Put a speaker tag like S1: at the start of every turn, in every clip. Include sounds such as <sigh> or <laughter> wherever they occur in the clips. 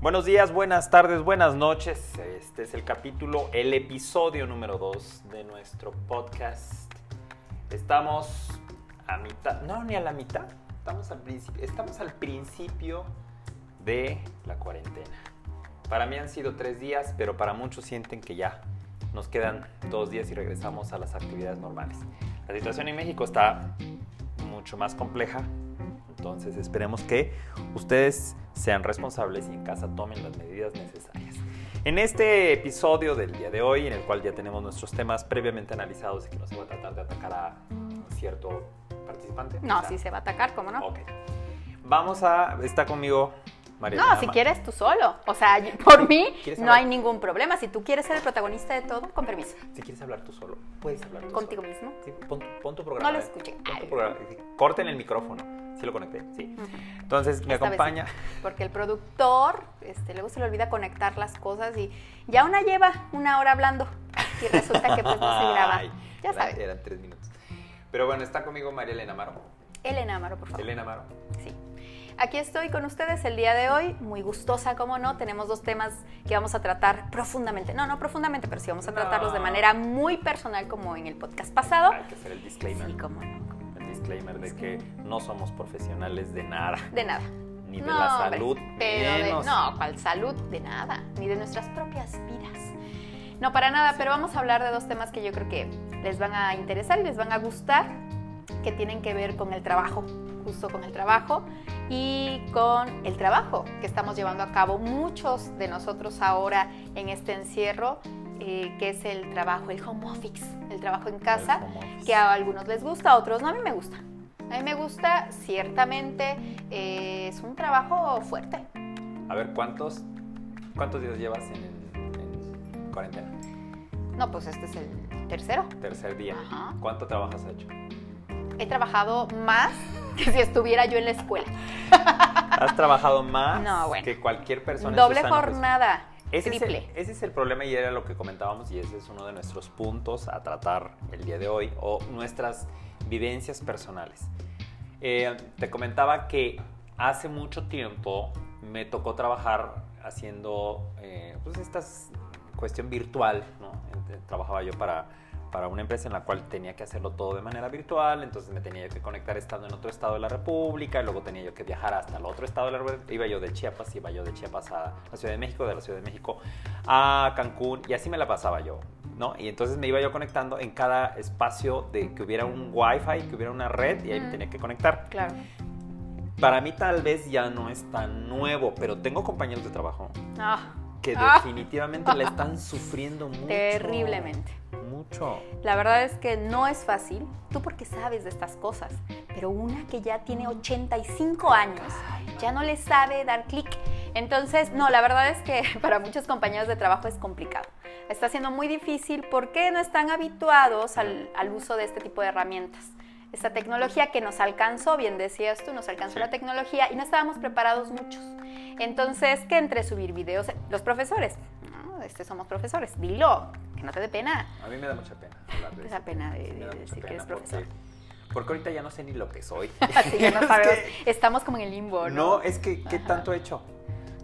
S1: Buenos días, buenas tardes, buenas noches. Este es el capítulo, el episodio número 2 de nuestro podcast. Estamos a mitad, no, ni a la mitad. Estamos al principio, estamos al principio de la cuarentena. Para mí han sido tres días, pero para muchos sienten que ya nos quedan dos días y regresamos a las actividades normales. La situación en México está mucho más compleja, entonces esperemos que ustedes sean responsables y en casa tomen las medidas necesarias. En este episodio del día de hoy, en el cual ya tenemos nuestros temas previamente analizados y que no se va a tratar de atacar a cierto participante.
S2: No,
S1: o sea,
S2: sí se va a atacar, ¿cómo no?
S1: Ok. Vamos a... Está conmigo María.
S2: No,
S1: Elena
S2: si
S1: Ma-
S2: quieres tú solo. O sea, yo- por mí
S1: ¿Quieres
S2: no
S1: hablar?
S2: hay ningún problema. Si tú quieres ser el protagonista de todo, con permiso.
S1: Si quieres hablar tú solo, puedes hablar tú
S2: Contigo
S1: solo.
S2: mismo.
S1: Sí, pon, tu- pon tu programa.
S2: No lo
S1: eh.
S2: escuché.
S1: Pon tu
S2: Ay.
S1: programa. eh, Corten el micrófono. Sí lo conecté, sí.
S2: Ujú.
S1: Entonces me
S2: Esta vez
S1: acompaña...
S2: <laughs> sí, porque el productor, este, luego se le olvida conectar las cosas y ya una lleva una hora hablando. Y resulta que pues no se graba.
S1: <laughs> Ay,
S2: Ya
S1: eran-
S2: sabes.
S1: Eran tres minutos. Pero bueno, está conmigo María Elena Amaro.
S2: Elena Amaro, por favor.
S1: Elena Amaro.
S2: Sí. Aquí estoy con ustedes el día de hoy, muy gustosa, como no. Tenemos dos temas que vamos a tratar profundamente. No, no profundamente, pero sí vamos a
S1: No.
S2: tratarlos de manera muy personal, como en el podcast pasado.
S1: Hay que hacer el disclaimer.
S2: Sí, como no.
S1: El disclaimer de que no somos profesionales de nada.
S2: De nada.
S1: Ni de la
S2: hombre,
S1: salud.
S2: Pero de-
S1: menos.
S2: no, ¿cuál salud? De nada. Ni de nuestras propias vidas. No, para nada, pero vamos a hablar de dos temas que yo creo que les van a interesar y les van a gustar, que tienen que ver con el trabajo, justo con el trabajo y con el trabajo que estamos llevando a cabo muchos de nosotros ahora en este encierro, eh, que es el trabajo, el home office, el trabajo en casa
S1: El home office.
S2: que a algunos les gusta, a otros no, a mí me gusta. A mí me gusta, ciertamente, eh, es un trabajo fuerte.
S1: A ver, ¿cuántos, cuántos días llevas en, en cuarentena?
S2: No, pues este es el tercero.
S1: Tercer día.
S2: Ajá.
S1: ¿Cuánto trabajo has hecho?
S2: He trabajado más que si estuviera yo en la escuela.
S1: ¿Has trabajado más
S2: No, bueno.
S1: que cualquier persona? en
S2: Doble
S1: su sano juicio?
S2: jornada,
S1: Ese es, el,
S2: triple.
S1: ese es el problema y era lo que comentábamos y ese es uno de nuestros puntos a tratar el día de hoy o nuestras vivencias personales. Eh, te comentaba que hace mucho tiempo me tocó trabajar haciendo eh, pues esta cuestión virtual, ¿no? Ent- Trabajaba yo para, para una empresa en la cual tenía que hacerlo todo de manera virtual, entonces me tenía yo que conectar estando en otro estado de la República, y luego tenía yo que viajar hasta el otro estado de la República, iba yo de Chiapas, iba yo de Chiapas a la Ciudad de México, de la Ciudad de México a Cancún, y así me la pasaba yo, ¿no? Y entonces me iba yo conectando en cada espacio de que hubiera un wifi, que hubiera una red, y ahí me
S2: Mm.
S1: tenía que conectar.
S2: Claro.
S1: Para mí tal vez ya no es tan nuevo, pero tengo compañeros de trabajo
S2: Ah,
S1: que
S2: Ah.
S1: definitivamente la están
S2: <laughs>
S1: sufriendo mucho.
S2: terriblemente.
S1: Mucho.
S2: La verdad es que no es fácil, tú porque sabes de estas cosas, pero una que ya tiene 85 años ya no le sabe dar clic. Entonces, no, la verdad es que <laughs> para muchos compañeros de trabajo es complicado. Está siendo muy difícil porque no están habituados al, al uso de este tipo de herramientas. Esta tecnología que nos alcanzó, bien decías tú, nos alcanzó
S1: Sí.
S2: la tecnología y no estábamos preparados muchos. Entonces, que entre subir videos, los profesores, no, este somos profesores, dilo, que no te dé pena.
S1: A mí me da mucha pena hablar de
S2: Te
S1: eso.
S2: da pena de-
S1: Sí, me
S2: de
S1: da mucha
S2: decir que
S1: pena
S2: eres profesor.
S1: Porque, porque ahorita ya no sé ni lo que
S2: <laughs>
S1: soy.
S2: Así ya no
S1: Es
S2: sabemos.
S1: que-
S2: Estamos como en el limbo, ¿no?
S1: no, es que ¿qué
S2: Ajá.
S1: tanto he hecho?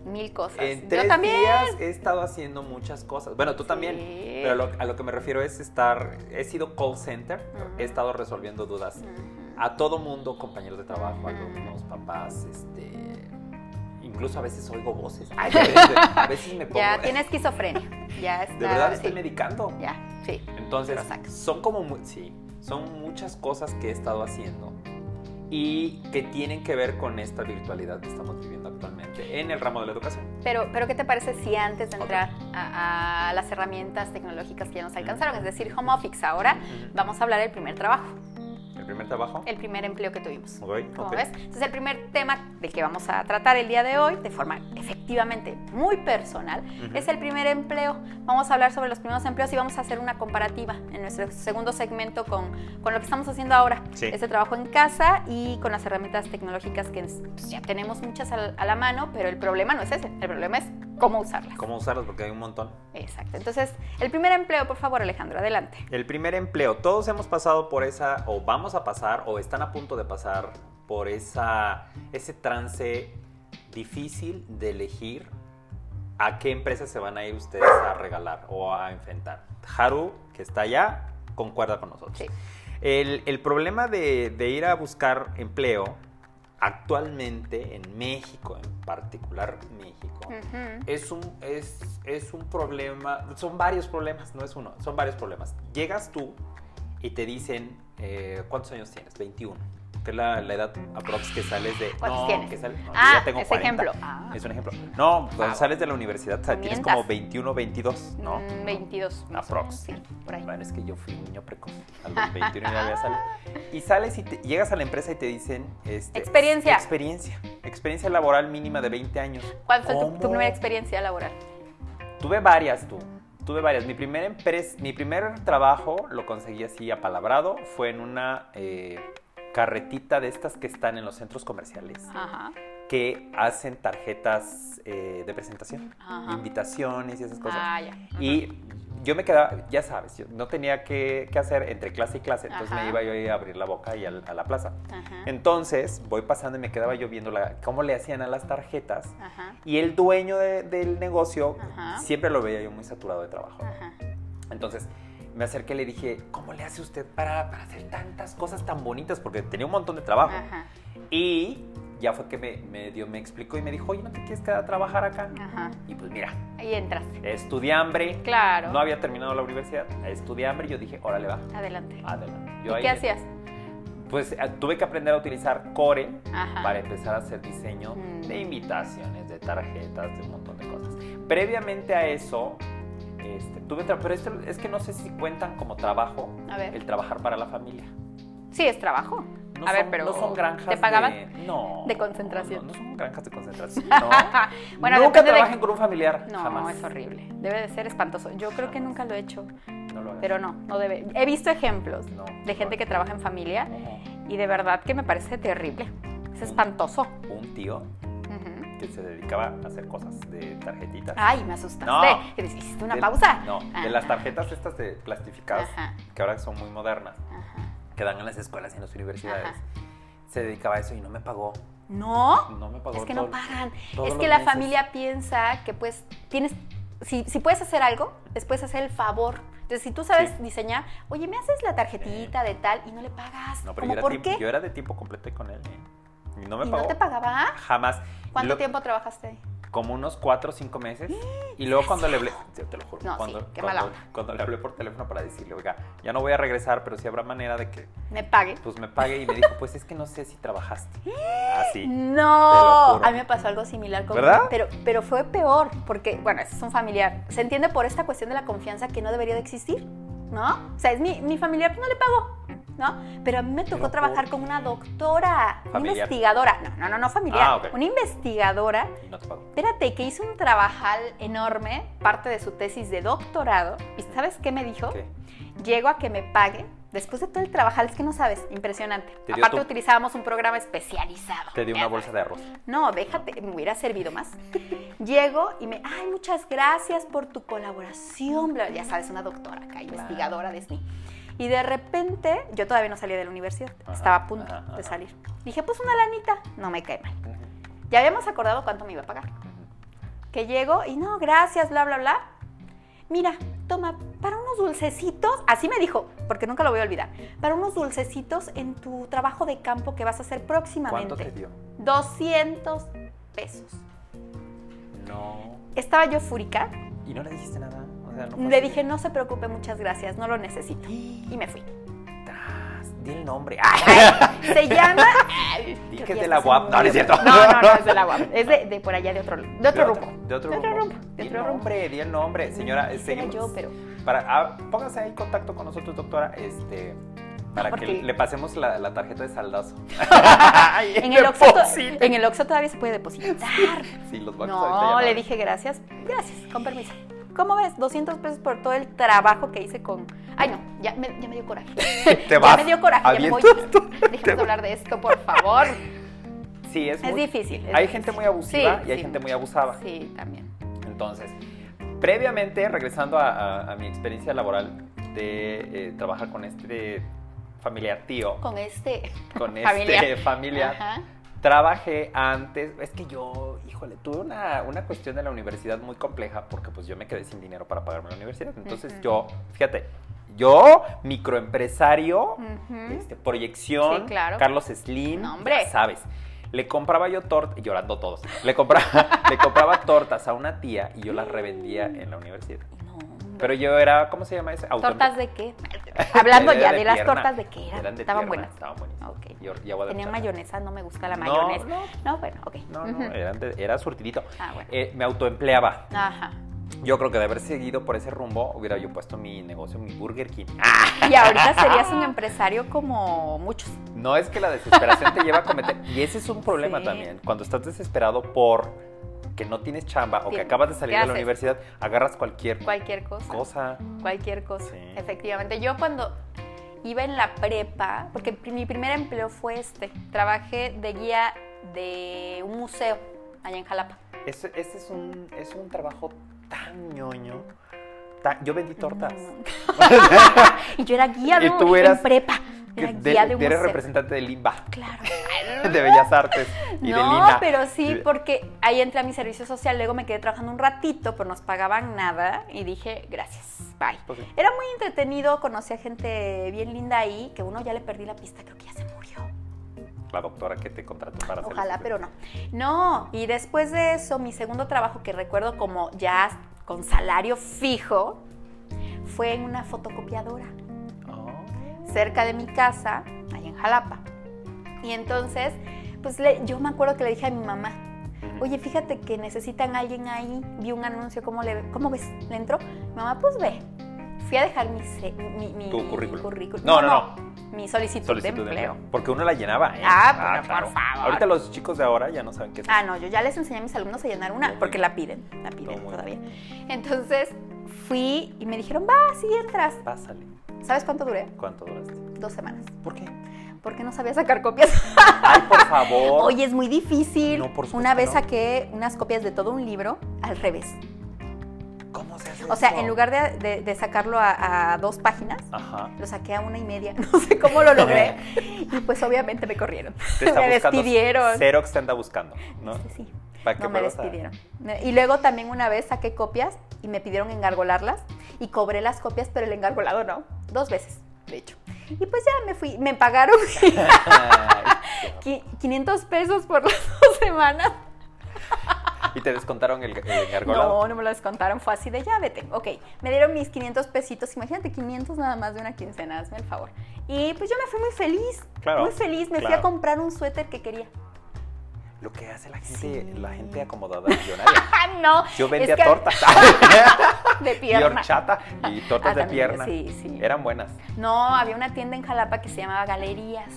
S2: Mil cosas.
S1: En
S2: Yo
S1: tres
S2: también.
S1: días he estado haciendo muchas cosas. Bueno, tú también.
S2: Sí.
S1: Pero lo- a lo que me refiero es estar. He sido call center.
S2: Ujú.
S1: He estado resolviendo dudas.
S2: Ujú.
S1: a todo mundo, compañeros de trabajo,
S2: Ujú.
S1: alumnos, papás, este, incluso a veces oigo voces.
S2: <laughs>
S1: Ay, de verdad, a veces me pongo.
S2: Ya tiene esquizofrenia. Ya está.
S1: <laughs> de verdad me estoy
S2: sí.
S1: medicando.
S2: Ya, sí.
S1: Entonces,
S2: Lo sacas.
S1: son como mu- sí, son muchas cosas que he estado haciendo y que tienen que ver con esta virtualidad que estamos viviendo actualmente en el ramo de la educación.
S2: Pero, pero ¿qué te parece si antes de
S1: Ok.
S2: entrar a, a las herramientas tecnológicas que ya nos alcanzaron, es decir, home office ahora, vamos a hablar del primer trabajo,
S1: El primer trabajo.
S2: el primer empleo que tuvimos?
S1: Ok,
S2: ¿Cómo
S1: ok.
S2: ves? Entonces, el primer tema del que vamos a tratar el día de hoy, de forma efectivamente muy personal,
S1: Ujú.
S2: es el primer empleo. Vamos a hablar sobre los primeros empleos y vamos a hacer una comparativa en nuestro segundo segmento con, con lo que estamos haciendo ahora,
S1: Sí.
S2: este trabajo en casa y con las herramientas tecnológicas que pues, ya tenemos muchas al- a, la mano, pero el problema no es ese, el problema es cómo usarlas.
S1: ¿Cómo usarlos? Porque hay un montón.
S2: Exacto. Entonces, el primer empleo, por favor, Alejandro, adelante.
S1: El primer empleo. Todos hemos pasado por esa, o vamos a pasar, o están a punto de pasar por esa, ese trance difícil de elegir ¿A qué empresa se van a ir ustedes a regalar o a enfrentar? Haru, que está allá, concuerda con nosotros.
S2: Sí.
S1: El, el problema de, de ir a buscar empleo actualmente en México, en particular México,
S2: Ujú.
S1: es un, es, es un problema, son varios problemas, no es uno, son varios problemas. Llegas tú y te dicen, eh, ¿cuántos años tienes? 21, que es la, la edad aprox que sales de...
S2: ¿Cuántos
S1: no,
S2: tienes?
S1: que sales- no, yo
S2: ah,
S1: ya tengo
S2: es
S1: 40.
S2: ejemplo. Ah,
S1: Es un ejemplo. No, cuando
S2: Ah.
S1: sales de la universidad o sea, tienes
S2: Mientas.
S1: como 21, 22, ¿no?
S2: mm, 22. más o
S1: Aprox.
S2: menos, Sí, por ahí.
S1: Bueno, es que yo fui un niño precoz. A los 21 ya había
S2: <laughs>
S1: salido. Y sales y te- llegas a la empresa y te dicen... Este,
S2: Experiencia.
S1: Experiencia. Experiencia laboral mínima de 20 años.
S2: ¿Cuál fue tu, tu
S1: ¿Cómo?
S2: primera experiencia laboral?
S1: Tuve varias tú. Tuve varias. Mi primer, empresa, mi primer trabajo lo conseguí así apalabrado. Fue en una eh, carretita de estas que están en los centros comerciales
S2: Ajá.
S1: que hacen tarjetas eh, de presentación,
S2: Ajá.
S1: invitaciones y esas cosas.
S2: Ah, ya.
S1: Y yo me quedaba, ya sabes, yo no tenía que, que hacer entre clase y clase, entonces
S2: Ajá.
S1: me iba yo ahí a abrir la boca y al- a la plaza.
S2: Ajá.
S1: Entonces voy pasando y me quedaba yo viendo la, cómo le hacían a las tarjetas.
S2: Ajá.
S1: Y el dueño de- del negocio
S2: Ajá.
S1: siempre lo veía yo muy saturado de trabajo.
S2: Ajá.
S1: Entonces me acerqué y le dije, ¿cómo le hace usted para, para hacer tantas cosas tan bonitas? Porque tenía un montón de trabajo.
S2: Ajá.
S1: Y ya fue que me, me, dio, me explicó y me dijo, oye, ¿no te quieres quedar a trabajar acá?
S2: Ajá.
S1: Y pues mira,
S2: Ahí entraste.
S1: estudié hambre,
S2: Claro.
S1: no había terminado la universidad, estudié hambre y yo dije, órale va,
S2: Adelante.
S1: adelante. Ah, Yo
S2: ¿Y
S1: ahí
S2: qué
S1: me-
S2: hacías?
S1: Pues eh, tuve que aprender a utilizar Core
S2: Ajá.
S1: para empezar a hacer diseño
S2: Mm.
S1: de invitaciones, de tarjetas, de un montón de cosas. Previamente a eso, este, tuve tra- pero esto es que no sé si cuentan como trabajo
S2: A ver.
S1: el trabajar para la familia.
S2: Sí, es trabajo.
S1: No
S2: a
S1: son,
S2: ver, pero.
S1: no son granjas
S2: ¿Te pagaban?
S1: de, no,
S2: de concentración?
S1: No, no son granjas de concentración.
S2: <laughs>
S1: No.
S2: Bueno,
S1: Nunca
S2: depende de-
S1: trabajen con un familiar.
S2: No,
S1: jamás.
S2: es horrible. Debe de ser espantoso. Yo creo que
S1: Jamás.
S2: nunca lo he hecho,
S1: No lo hagan.
S2: pero no, no debe. He visto ejemplos
S1: No,
S2: de gente que trabaja en familia
S1: Como
S2: y de verdad que me parece terrible. Es espantoso.
S1: un tío
S2: Ujú.
S1: que se dedicaba a hacer cosas de tarjetitas.
S2: Ay, me asustaste.
S1: No.
S2: ¿Qué dices? ¿Hiciste Ah, una
S1: De-
S2: pausa?
S1: No,
S2: Ah,
S1: de las tarjetas estas de plastificadas,
S2: Ajá.
S1: que ahora son muy modernas,
S2: Ajá.
S1: que dan en las escuelas y en las universidades.
S2: Ajá.
S1: Se dedicaba a eso y no me pagó.
S2: No.
S1: No me pagó.
S2: Es que no
S1: todo-
S2: pagan.
S1: todos
S2: Es
S1: los
S2: que la
S1: meses.
S2: familia piensa que pues tienes, si, si puedes hacer algo, después hacer el favor. Entonces, si tú sabes
S1: Sí.
S2: diseñar, oye, me haces la tarjetita de tal y no le pagas.
S1: No, pero yo
S2: ¿Cómo
S1: era,
S2: por
S1: tiempo,
S2: qué?
S1: yo era de tiempo completo con él. ¿eh? Y no me
S2: ¿Y
S1: pagó.
S2: no te pagaba?
S1: Jamás.
S2: ¿Cuánto
S1: Lo-
S2: tiempo trabajaste ahí?
S1: Como unos cuatro o cinco meses. Y luego cuando le hablé, te te lo juro,
S2: No, sí,
S1: cuando,
S2: qué mala
S1: cuando, cuando le hablé por teléfono para decirle, oiga, ya no voy a regresar, pero si habrá manera de que
S2: ¿Me pague?
S1: pues me pague y me dijo, pues es que no sé si trabajaste.
S2: <gasps>
S1: Así. Te lo
S2: No,
S1: juro.
S2: a mí me pasó algo similar con
S1: ¿Verdad?
S2: Pero, pero fue peor, porque, bueno, es un familiar. Se entiende por esta cuestión de la confianza que no debería de existir, ¿no? O sea, es mi, mi familiar, pues no le pago, ¿no? Pero a mí me tocó
S1: Pero
S2: trabajar
S1: por-
S2: con una doctora, una
S1: Familiar.
S2: investigadora. No, no, no, no familiar.
S1: Ah, ok.
S2: Una investigadora,
S1: Y no te pagó.
S2: espérate, que hizo un trabajal enorme, parte de su tesis de doctorado. ¿Y sabes qué me dijo?
S1: ¿Qué?
S2: Llego a que me pague. Después de todo el trabajal, es que no sabes, impresionante.
S1: Te dio
S2: Aparte
S1: tu-
S2: utilizábamos un programa especializado.
S1: Te dio
S2: Ya
S1: una bolsa de arroz.
S2: no, déjate, me hubiera servido más. Llego y me, ay, muchas gracias por tu colaboración, bla, ya sabes, una doctora acá, investigadora de SNI. Y de repente, yo todavía no salía de la universidad,
S1: Ajá,
S2: estaba a punto
S1: ajá,
S2: de
S1: ajá.
S2: salir. Dije, pues una lanita, no me cae mal. Ya habíamos acordado cuánto me iba a pagar. Que llego y no, gracias, bla, bla, bla. Mira, toma, para unos dulcecitos, así me dijo, porque nunca lo voy a olvidar, para unos dulcecitos en tu trabajo de campo que vas a hacer próximamente.
S1: ¿Cuánto te dio?
S2: 200 pesos.
S1: No.
S2: Estaba yo fúrica.
S1: Y no le dijiste nada. O sea, no fue
S2: Le
S1: así de-
S2: dije, no se preocupe, muchas gracias, no lo necesito. Y
S1: Y <laughs>
S2: me fui.
S1: tras, di el
S2: <laughs>
S1: nombre. ¡Ay!
S2: Se llama.
S1: Di
S2: Creo
S1: que es
S2: ya
S1: de la
S2: está
S1: UAP. No, no es
S2: siendo muy-
S1: cierto.
S2: No, no, no es de
S1: <laughs>
S2: la UAP. Es de, de por allá, de otro, de otro
S1: De
S2: rumbo.
S1: De otro
S2: De otro
S1: rumbo.
S2: rumbo, de
S1: Di el
S2: otro rumbo.
S1: nombre, di el nombre. Señora, eh,
S2: Era
S1: seguimos.
S2: yo,
S1: <laughs>
S2: pero.
S1: Para, ah, póngase ahí en contacto con nosotros, doctora, este, para que
S2: porque-
S1: le pasemos la, la tarjeta de
S2: <laughs>
S1: saldazo.
S2: En el, Oxxo, to- en el Oxxo todavía se puede depositar.
S1: Sí, los bancos ahorita
S2: No,
S1: ya
S2: le dije gracias. Gracias, con permiso. ¿Cómo ves? 200 pesos por todo el trabajo que hice con. Ay, no, ya me, ya me dio coraje.
S1: <laughs> Te vas.
S2: Ya me dio coraje, ya me voy.
S1: Avientas <laughs>
S2: Dejemos hablar de esto, por favor.
S1: Sí, es,
S2: Es
S1: muy-
S2: difícil. es
S1: Hay
S2: difícil.
S1: gente muy abusiva
S2: Sí,
S1: y hay
S2: sí,
S1: gente muy
S2: mucho.
S1: abusada.
S2: Sí, también.
S1: Entonces, previamente, regresando a, a- a mi experiencia laboral de eh, trabajar con este familiar tío,
S2: Con este.
S1: con
S2: <laughs> Familiar.
S1: este familiar,
S2: Ajá.
S1: trabajé antes, es que yo, híjole, tuve una, una cuestión de la universidad muy compleja porque pues yo me quedé sin dinero para pagarme la universidad. Entonces
S2: Ujú.
S1: yo, fíjate, yo, microempresario,
S2: Ujú.
S1: este, proyección,
S2: Sí, claro.
S1: Carlos Slim,
S2: No, hombre.
S1: ya sabes. Le compraba yo tortas, llorando todos, le compraba, <laughs> le compraba tortas a una tía y yo las revendía en la universidad.
S2: No, hombre.
S1: Pero yo era, ¿cómo se llama ese? Auto- <laughs>
S2: ¿Tortas de qué? Hablando
S1: Era
S2: ya de las
S1: pierna.
S2: tortas de qué eran.
S1: Eran de
S2: Estaban
S1: pierna,
S2: buenas.
S1: Estaban buenas.
S2: Ok.
S1: Y- y agua de
S2: Tenían
S1: horchata.
S2: mayonesa, no me gusta la
S1: No,
S2: mayonesa.
S1: no.
S2: bueno, ok.
S1: No, eh. no,
S2: Ujú.
S1: eran de- era surtidito.
S2: Ah, bueno.
S1: Eh, me autoempleaba.
S2: Ajá.
S1: Yo creo que de haber seguido por ese rumbo hubiera yo puesto mi negocio, mi Burger King. <laughs>
S2: Y ahorita serías un empresario como muchos.
S1: No es que la desesperación te lleva a
S2: <laughs>
S1: cometer. Y ese es un problema
S2: Sí.
S1: también. Cuando estás desesperado por que no tienes chamba o que
S2: Tienes-
S1: acabas de salir
S2: ¿qué
S1: de la
S2: haces?
S1: universidad, agarras cualquier
S2: Cualquier cosa.
S1: cosa.
S2: Cualquier cosa.
S1: Sí.
S2: Efectivamente. Yo cuando iba en la prepa, porque pri- mi primer empleo fue este. Trabajé de guía de un museo allá en Jalapa.
S1: Ese, ese es, un, es un trabajo tan ñoño. tan- yo vendí tortas. <laughs>
S2: <laughs> Y yo era guía
S1: Y
S2: de
S1: tú
S2: un
S1: eras-
S2: en prepa.
S1: Que
S2: Era
S1: de-
S2: guía de un
S1: eres
S2: museo.
S1: representante del IMBA,
S2: Claro.
S1: <laughs> de Bellas Artes y de
S2: no,
S1: Lina.
S2: pero sí, porque ahí entré a mi servicio social, luego me quedé trabajando un ratito, pero nos pagaban nada y dije, gracias, bye.
S1: Pues sí.
S2: Era muy entretenido, conocí a gente bien linda ahí, que uno ya le perdí la pista, creo que ya se murió.
S1: La doctora que te contrató para hacer
S2: Ojalá,
S1: eso.
S2: pero no. No, y después de eso, mi segundo trabajo que recuerdo como ya con salario fijo fue en una fotocopiadora
S1: Oh.
S2: cerca de mi casa, allá en Jalapa. Y entonces, pues le- yo me acuerdo que le dije a mi mamá, oye, fíjate que necesitan a alguien ahí, vi un anuncio, ¿cómo, le, cómo ves? ¿Le entró? Mi mamá, pues ve. Fui a dejar mi, se- mi, mi-
S1: Oh, Tu
S2: mi
S1: currículum. No, no,
S2: Mi solicitud,
S1: Solicitud
S2: de empleo.
S1: Porque uno la llenaba, ¿eh?
S2: Ah, pero por favor.
S1: Ahorita los chicos de ahora ya no saben qué es.
S2: Ah, no, yo ya les enseñé a mis alumnos a llenar una,
S1: Muy
S2: porque
S1: bien.
S2: la piden, la
S1: Todo
S2: piden
S1: muy
S2: todavía. Entonces fui y me dijeron, va, sí entras.
S1: Pásale.
S2: ¿Sabes cuánto duré?
S1: ¿Cuánto duraste?
S2: Dos semanas.
S1: ¿Por qué?
S2: Porque no sabía sacar copias.
S1: Ay, por favor.
S2: Oye, es muy difícil.
S1: No, por supuesto
S2: una vez
S1: que no.
S2: saqué unas copias de todo un libro al revés.
S1: ¿Cómo se hace
S2: O sea,
S1: eso?
S2: en lugar de, de- de sacarlo a, a dos páginas, <laughs>
S1: Ajá.
S2: lo saqué a una y media. <laughs> No sé cómo lo logré. y pues obviamente me corrieron.
S1: Te está
S2: me
S1: buscando-
S2: despidieron.
S1: Xerox te anda buscando, ¿no?
S2: Sí, sí.
S1: ¿Para qué
S2: No me
S1: pruebas a-
S2: despidieron. Y luego también una vez saqué copias y me pidieron engargolarlas y cobré las copias, pero el engargolado no. Dos veces, de hecho. Y pues ya me fui, me pagaron <laughs>
S1: Ay,
S2: qui- 500 pesos por las dos semanas.
S1: <laughs> y te descontaron el, el engargolado.
S2: No, no me lo descontaron, fue así de ya vete. Ok, me dieron mis 500 pesitos, imagínate 500 nada más de una quincena, hazme el favor. Y pues yo me fui muy feliz,
S1: Claro,
S2: muy feliz, me fui
S1: claro.
S2: a comprar un suéter que quería. <laughs>
S1: Lo que hace la gente,
S2: Sí.
S1: la gente acomodada millonaria.
S2: Ah, no, <laughs>
S1: Yo vendía
S2: es que-
S1: tortas
S2: de
S1: y
S2: pierna.
S1: horchata y tortas
S2: Ah,
S1: de
S2: también,
S1: pierna.
S2: sí, sí.
S1: Eran buenas.
S2: No, había una tienda en Jalapa que se llamaba Galerías.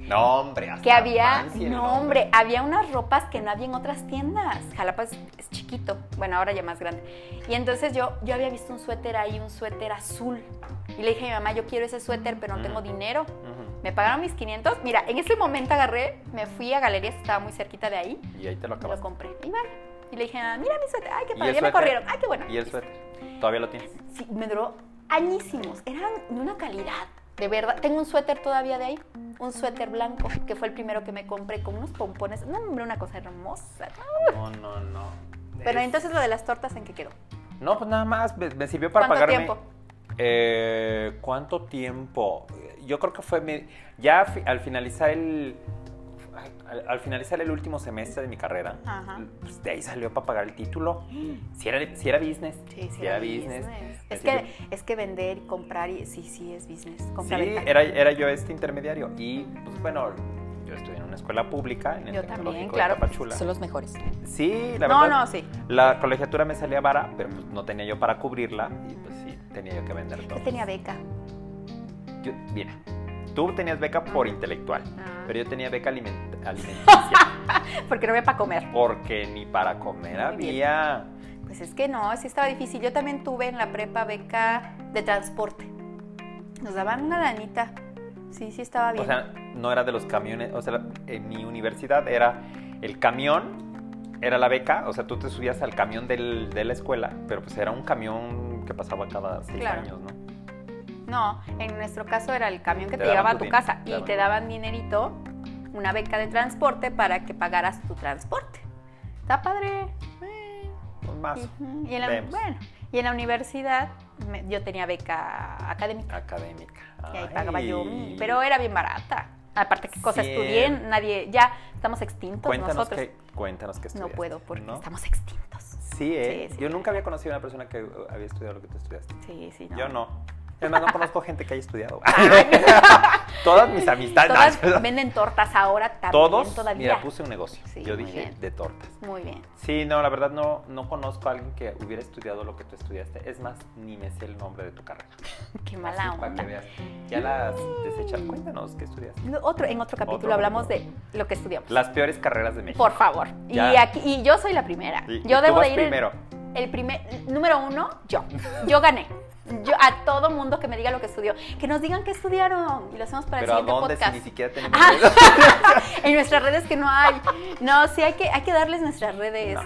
S1: No, hombre. hasta
S2: Que había,
S1: fancy el
S2: no
S1: nombre.
S2: hombre, había unas ropas que no había en otras tiendas. Jalapa es, es chiquito, bueno, ahora ya más grande. Y entonces yo, yo había visto un suéter ahí, un suéter azul. Y le dije a mi mamá, yo quiero ese suéter, pero no
S1: Mm.
S2: tengo dinero.
S1: Ujú.
S2: Me pagaron mis 500. Mira, en ese momento agarré, me fui a galerías, estaba muy cerquita de ahí,
S1: Y ahí te lo
S2: y lo
S1: acabas.
S2: compré. Y vale. Y le dije, ah, mira mi suéter, ay, qué
S1: ¿Y
S2: padre,
S1: el
S2: ya me
S1: suéter?
S2: corrieron, ay, qué bueno.
S1: ¿Y el
S2: Listo.
S1: suéter? ¿Todavía lo tienes?
S2: Sí, me duró añísimos. Eran de una calidad, de verdad. Tengo un suéter todavía de ahí, un suéter blanco, que fue el primero que me compré con unos pompones. No, hombre, una cosa hermosa.
S1: No, no, no.
S2: Pero
S1: Es-
S2: entonces lo de las tortas, ¿en qué quedó?
S1: No, pues nada más me, me sirvió para
S2: ¿Cuánto
S1: pagarme.
S2: tiempo?
S1: Eh, ¿Cuánto tiempo? Yo creo que fue mi- ya fi- al finalizar el al, al finalizar el último semestre de mi carrera,
S2: Ajá.
S1: pues de ahí salió para pagar el título. Si era, si era business, si era business. Me
S2: Es que,
S1: sirvió.
S2: es que vender y comprar, y, sí, sí, es business.
S1: Sí,
S2: compra, venta.
S1: era, era yo este intermediario y pues bueno, yo estudié en una escuela pública en el
S2: Yo
S1: tecnológico
S2: también,
S1: de
S2: claro.
S1: Tapachula.
S2: Son los mejores.
S1: Sí, la
S2: No,
S1: verdad.
S2: no, sí.
S1: La colegiatura me salía vara, pero pues no tenía yo para cubrirla y pues sí, tenía yo que vender todo.
S2: Yo tenía beca.
S1: Yo- mira, tú tenías beca por
S2: Ajá.
S1: intelectual,
S2: Ah.
S1: pero yo tenía beca aliment- alimenticia
S2: <laughs> Porque no había para comer.
S1: porque ni para comer
S2: Muy bien.
S1: había.
S2: Pues es que no, sí estaba difícil. Yo también tuve en la prepa beca de transporte. Nos daban una lanita. Sí, sí estaba bien.
S1: O sea, no era de los camiones, o sea, en mi universidad era el camión, era la beca, o sea, tú te subías al camión del- de la escuela, pero pues era un camión que pasaba cada seis
S2: Claro.
S1: años, ¿no?
S2: no, en nuestro caso era el camión que
S1: Te
S2: te,
S1: daban
S2: llevaba
S1: tu
S2: a tu
S1: din-
S2: casa
S1: te
S2: y
S1: daban
S2: te
S1: tu-
S2: daban dinerito, una beca de transporte para que pagaras tu transporte. está padre.
S1: Pues más.
S2: Ujú. Y en la,
S1: Vemos.
S2: bueno, y en la universidad me- yo tenía beca académica
S1: Académica.
S2: y ahí
S1: Ay.
S2: pagaba yo, mi- pero era bien barata. Aparte que cosa
S1: Cien.
S2: estudié, nadie, ya estamos extintos
S1: Cuéntanos
S2: nosotros.
S1: que, cuéntanos que
S2: no
S1: estudiaste,
S2: puedo porque
S1: ¿no?
S2: estamos extintos.
S1: Sí, ¿eh?
S2: Sí, sí.
S1: Yo nunca había conocido a una persona que uh, había estudiado lo que tú estudiaste.
S2: Sí, sí, no.
S1: Yo no. Además, no conozco gente que haya
S2: <laughs>
S1: estudiado. <laughs> Todas mis amistades. <laughs>
S2: Todas
S1: ¿verdad?
S2: venden tortas ahora también
S1: Todos.
S2: todavía.
S1: Mira, puse un negocio.
S2: Sí,
S1: Yo
S2: muy
S1: dije
S2: bien.
S1: de tortas.
S2: Muy bien.
S1: Sí, no, la verdad no, no conozco a alguien que hubiera estudiado lo que tú estudiaste. Es más, ni me sé el nombre de tu carrera.
S2: Qué
S1: Así,
S2: mala
S1: Para
S2: onda.
S1: que veas. Ya las desechas. Cuéntanos qué estudiaste.
S2: No, Otro, en otro capítulo
S1: Otro,
S2: hablamos
S1: otro.
S2: de lo que estudiamos.
S1: Las peores carreras de México.
S2: Por favor. Y
S1: Ya.
S2: aquí y yo soy la primera.
S1: Y- y
S2: yo
S1: tú
S2: debo
S1: vas
S2: de ir en-
S1: primero.
S2: el primer número uno. Yo. Yo gané. Yo a todo mundo que me diga lo que estudió, que nos digan qué estudiaron y lo hacemos para
S1: Pero
S2: el
S1: ¿a
S2: siguiente
S1: dónde si
S2: podcast.
S1: ni
S2: <laughs>
S1: siquiera tenemos
S2: Ah.
S1: dedo?
S2: <laughs> En nuestras redes que no hay. No, sí hay que hay que darles nuestras redes.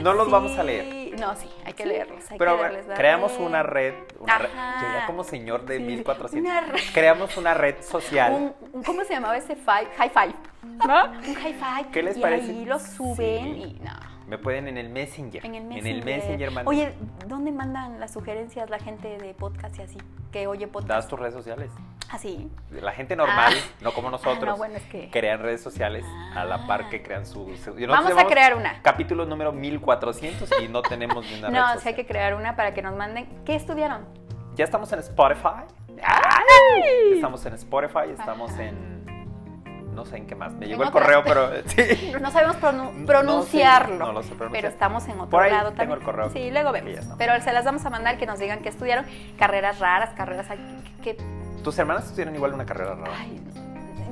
S1: No, los vamos a
S2: Sí.
S1: leer.
S2: No, sí, hay que leerlos. hay
S1: Pero
S2: que
S1: bueno,
S2: darles la
S1: creamos
S2: red.
S1: una red. Una red
S2: Ajá.
S1: llegué como señor de
S2: Sí,
S1: 1400.
S2: una red.
S1: Creamos una red social.
S2: un, un- ¿cómo se llamaba ese five? High five, ¿no? Un high five.
S1: ¿Qué les
S2: y
S1: parece?
S2: ahí lo suben
S1: Sí.
S2: y no.
S1: Me pueden en el Messenger.
S2: En el Messenger.
S1: Messenger, man.
S2: Oye, ¿dónde mandan las sugerencias la gente de podcast y así? Que oye
S1: das
S2: podcast.
S1: tus redes sociales.
S2: Así.
S1: La gente normal,
S2: Ah.
S1: no como nosotros,
S2: Ah, no, bueno, es que-
S1: crean redes sociales a la par
S2: Ah.
S1: que crean su. su- y nosotros
S2: Vamos a
S1: llevamos
S2: crear una.
S1: Capítulo número 1400 y no tenemos ni una
S2: No,
S1: red
S2: sí hay
S1: social.
S2: que crear una para que nos manden. ¿Qué estudiaron?
S1: Ya estamos en Spotify.
S2: ¡Ay!
S1: Estamos en Spotify, estamos
S2: Ajá.
S1: en. No sé en qué más. Me
S2: En
S1: llegó el
S2: otras.
S1: correo, pero. <laughs> Sí.
S2: No sabemos
S1: No
S2: pronu-
S1: sé,
S2: pronunciarlo.
S1: no lo sé pronunciar.
S2: Pero estamos en otro
S1: Por ahí
S2: lado
S1: tengo
S2: también.
S1: el correo.
S2: Sí, luego vemos.
S1: Y ya está.
S2: Pero se las vamos a mandar que nos digan que estudiaron. Carreras raras, carreras que. que-
S1: Tus hermanas tienen igual una carrera rara.
S2: ay,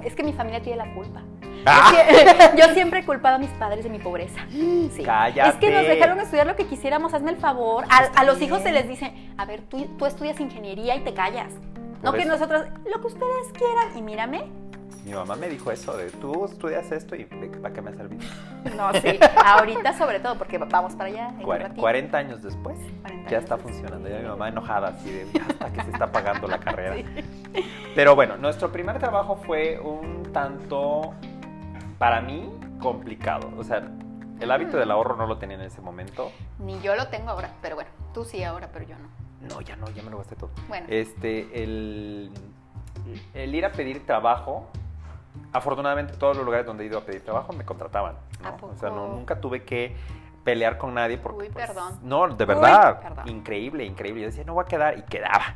S2: es que mi familia tiene la culpa.
S1: Ah.
S2: <laughs> Yo siempre he culpado a mis padres de
S1: <gasps>
S2: mi pobreza. Sí.
S1: Cállate.
S2: Es que nos dejaron estudiar lo que quisiéramos, hazme el favor. A,
S1: Está
S2: a los hijos se
S1: bien.
S2: les dice, a ver, tú, tú estudias ingeniería y te callas. No
S1: Por
S2: que
S1: eso.
S2: nosotros, lo que ustedes quieran, y mírame.
S1: Mi mamá me dijo eso de tú estudias esto y ¿para qué me ha servido? <laughs>
S2: No, sí. Ahorita sobre todo, porque vamos para allá. en un
S1: Cuare-
S2: ratito.
S1: 40 años después ya
S2: 40 años
S1: está
S2: después.
S1: funcionando. Ya mi mamá enojada así de
S2: <laughs>
S1: "Ya hasta que se está pagando la carrera. Pero bueno, nuestro primer trabajo fue un tanto para mí complicado. O sea, el hábito
S2: Mm.
S1: del ahorro no lo tenía en ese momento.
S2: Ni yo lo tengo ahora, pero bueno, tú sí ahora, pero yo no.
S1: No, ya no, ya me lo gasté todo.
S2: Bueno,
S1: Este, el, el ir a pedir trabajo, afortunadamente todos los lugares donde he ido a pedir trabajo me contrataban. ¿no?
S2: ¿A poco?
S1: O sea, no- nunca tuve que pelear con nadie porque... pues,
S2: Uy, perdón.
S1: No, de
S2: Uy,
S1: verdad.
S2: perdón.
S1: Increíble, increíble. Yo decía, no voy a quedar y quedaba.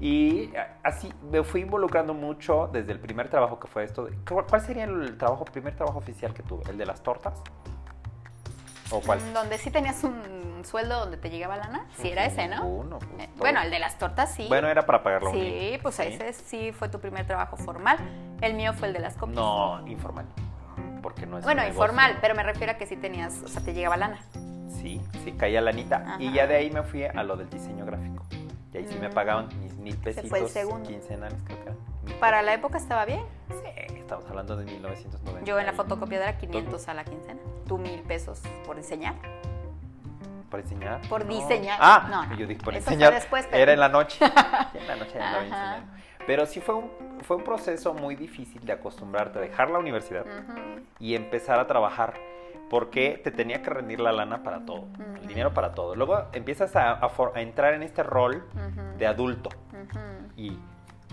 S1: Y a- así me fui involucrando mucho desde el primer trabajo que fue esto. de- ¿cu- ¿Cuál sería el trabajo, primer trabajo oficial que tuve? ¿El de las tortas? ¿O cuál?
S2: mm, donde sí tenías un sueldo donde te llegaba lana, sí era ese, ¿no?
S1: Ninguno, pues,
S2: Eh,
S1: todo.
S2: Bueno, el de las tortas sí.
S1: Bueno, era para pagar la
S2: Sí,
S1: uni.
S2: pues
S1: Sí.
S2: ese sí fue tu primer trabajo formal. El mío fue el de las copias.
S1: No, informal. Porque no es.
S2: Bueno,
S1: un negocio.
S2: informal, pero me refiero a que sí tenías, o sea, te llegaba lana.
S1: Sí, sí, caía lanita.
S2: Ajá.
S1: Y ya de ahí me fui a lo del diseño gráfico. Y ahí sí me
S2: Mm.
S1: pagaban mis mil pesitos.
S2: segundo.
S1: Quincenales, creo que eran. Mil
S2: Para la época estaba bien.
S1: pesos. Sí, estamos hablando de 1990.
S2: Yo en la
S1: y-
S2: fotocopiadora 500 a la quincena. Tú mil pesos por enseñar.
S1: ¿Por enseñar?
S2: Por diseñar.
S1: Ah,
S2: No, no.
S1: yo dije por
S2: Eso fue
S1: enseñar.
S2: después, pero-
S1: Era en la
S2: <laughs>
S1: noche. Ya en la noche ya andaba
S2: Ajá.
S1: enseñando. Pero sí fue un, fue un proceso muy difícil de acostumbrarte a dejar la universidad
S2: Ujú.
S1: y empezar a trabajar. Porque te tenía que rendir la lana para todo,
S2: Ujú.
S1: el dinero para todo. Luego empiezas a, a for- a entrar en este rol
S2: Ujú.
S1: de adulto.
S2: Ujú.
S1: Y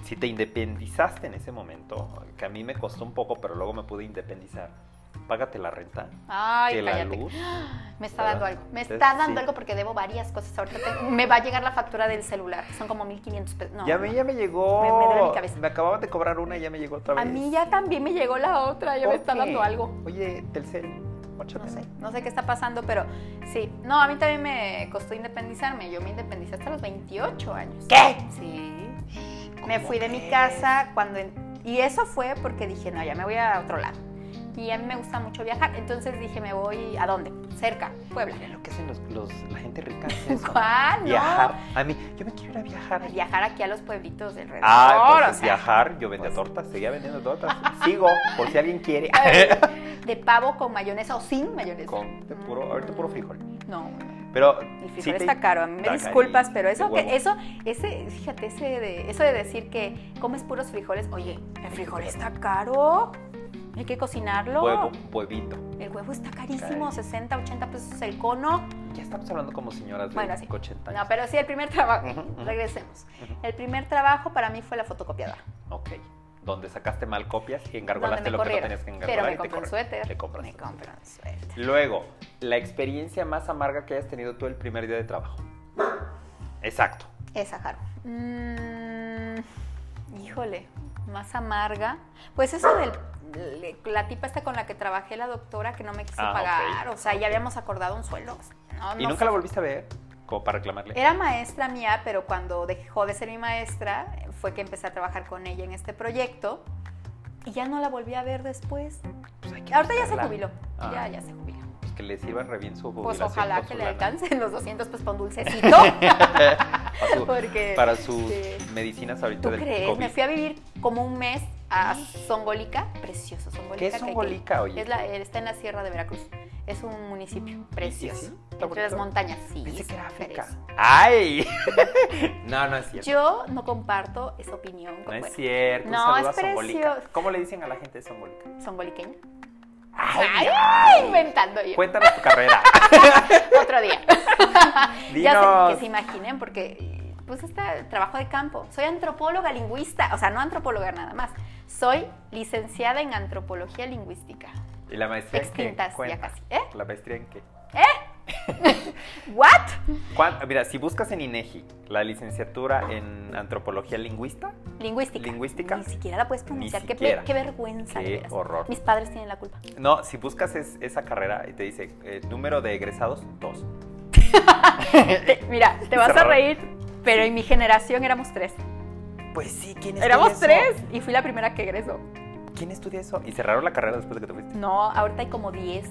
S1: si te independizaste en ese momento, que a mí me costó un poco, pero luego me pude independizar, págate la renta, que
S2: Ay,
S1: la
S2: cállate.
S1: luz.
S2: Me está dando
S1: ¿Verdad?
S2: algo. Me
S1: Entonces,
S2: está dando
S1: sí.
S2: algo porque debo varias cosas. Ahorita tengo- me va a llegar la factura del celular. Son como 1500 pesos. No,
S1: ya,
S2: no.
S1: me, ya me llegó.
S2: Me- me duele mi cabeza.
S1: acababan de cobrar una y ya me llegó otra vez.
S2: A mí ya también me llegó la otra. Ya me
S1: ¿Por
S2: está
S1: qué?
S2: dando algo.
S1: Oye, Telcel,
S2: No
S1: móchate.
S2: sé, no sé qué está pasando, pero sí. No, a mí también me costó independizarme. Yo me independicé hasta los 28 años.
S1: ¿Qué?
S2: Sí.
S1: ¿Cómo
S2: Me fui de mi
S1: crees?
S2: casa cuando... en- y eso fue porque dije, no, ya me voy a otro lado. Y a mí me gusta mucho viajar, entonces dije, me voy a dónde? Cerca, Puebla.
S1: Mira lo que hacen los, los- la gente rica. es eso.
S2: <laughs> ¿Cuál? No.
S1: Viajar. A mí, yo me quiero ir a viajar.
S2: A viajar aquí a los pueblitos del rededor.
S1: Ah,
S2: o
S1: entonces
S2: sea,
S1: viajar. Yo
S2: Pues
S1: vendía tortas, seguía vendiendo tortas. Sigo, por si alguien
S2: <laughs>
S1: quiere.
S2: De pavo con mayonesa o sin mayonesa. Mm.
S1: Con de puro, ahorita puro frijol.
S2: No,
S1: Pero
S2: el frijol
S1: sí te-
S2: está caro. A mí me
S1: está
S2: disculpas,
S1: cari-
S2: pero
S1: de
S2: eso
S1: huevo.
S2: que eso ese fíjate ese de eso de decir que comes puros frijoles, oye, el frijol está caro. Hay que cocinarlo.
S1: Huevo, huevito.
S2: El huevo está carísimo,
S1: Carísimo.
S2: 60, 80 pesos el cono.
S1: Ya estamos hablando como señoras de
S2: Bueno, sí.
S1: 80
S2: No,
S1: años.
S2: pero sí, el primer trabajo.
S1: Ujú, ujú.
S2: Regresemos.
S1: Ujú.
S2: El primer trabajo para mí fue la fotocopiadora.
S1: Ok. Donde sacaste mal copias y engargolaste
S2: donde me
S1: lo que no
S2: corrieron.
S1: tenías que
S2: Pero
S1: engargolar y
S2: me
S1: te
S2: compré un
S1: corrieron.
S2: suéter.
S1: Te compras
S2: me
S1: un
S2: compré un suéter.
S1: Luego, la experiencia más amarga que hayas tenido tú el primer día de trabajo. Exacto.
S2: Esa, Jaro. Mm, híjole, más amarga. Pues eso del. le- La tipa esta con la que trabajé, la doctora, que no me quiso
S1: Ah, ok,
S2: pagar. O sea,
S1: ok.
S2: ya habíamos acordado un sueldo. o sea, no- Eh.
S1: ¿Y
S2: no
S1: nunca la volviste a ver? Como para reclamarle.
S2: Era maestra mía, pero cuando dejó de ser mi maestra fue que empecé a trabajar con ella en este proyecto y ya no la volví a ver después.
S1: Pues hay que
S2: Ahorita ya se
S1: buscarla.
S2: jubiló,
S1: Ah.
S2: ya, ya se jubiló.
S1: Pues que le sirva re bien su jubilación.
S2: Pues ojalá
S1: con
S2: que
S1: su
S2: le
S1: lana.
S2: alcancen los 200 pesos para un
S1: <laughs>
S2: dulcecito.
S1: Para su-
S2: Porque,
S1: para sus
S2: sí.
S1: medicinas ahorita
S2: ¿Tú
S1: del
S2: crees?
S1: COVID.
S2: Me fui a vivir como un mes a Zongolica, precioso Zongolica.
S1: ¿Qué es
S2: que hay que-
S1: Zongolica, oye?
S2: Es la- está en la sierra de Veracruz. Es un municipio precioso.
S1: sí? ¿Está
S2: Entre las
S1: bonito?
S2: montañas, sí.
S1: Pensé que era
S2: está
S1: África.
S2: precioso. <laughs>
S1: ¡Ay! no, no es cierto.
S2: Yo no comparto esa opinión.
S1: no
S2: con-
S1: es
S2: bueno,
S1: cierto. Un
S2: No,
S1: saludo
S2: es
S1: a Zongolica.
S2: precioso.
S1: ¿Cómo le dicen a la gente de Zongolica?
S2: Zongoliqueña.
S1: ¡Ay!
S2: Ay, inventando yo.
S1: Cuéntanos tu carrera.
S2: Otro día. <laughs> ya
S1: Dinos.
S2: sé que se imaginen porque pues este trabajo de campo. Soy antropóloga lingüista, o sea, no antropóloga nada más. Soy licenciada en antropología lingüística.
S1: ¿Y la maestría
S2: Extintas
S1: en
S2: ya
S1: qué? Cuenta.
S2: casi, ¿eh?
S1: ¿La maestría en qué?
S2: ¿What?
S1: ¿Cuán- Mira, si buscas en INEGI la licenciatura en antropología lingüista,
S2: Lingüística.
S1: Lingüística.
S2: Ni siquiera la puedes pronunciar. Qué,
S1: siquiera.
S2: qué vergüenza. de
S1: Qué
S2: veras.
S1: horror. Eh,
S2: Mis padres tienen la culpa.
S1: no, si buscas es- esa carrera y te dice eh, número de egresados, dos.
S2: Te- mira,
S1: <laughs>
S2: te vas a
S1: Cerrado.
S2: reír, pero en mi generación éramos tres.
S1: Pues sí, ¿quién estudia
S2: Éramos
S1: eso?
S2: tres y fui la primera que egresó.
S1: ¿Quién estudia eso? Y cerraron la carrera después de que te fuiste.
S2: No, ahorita hay como 10,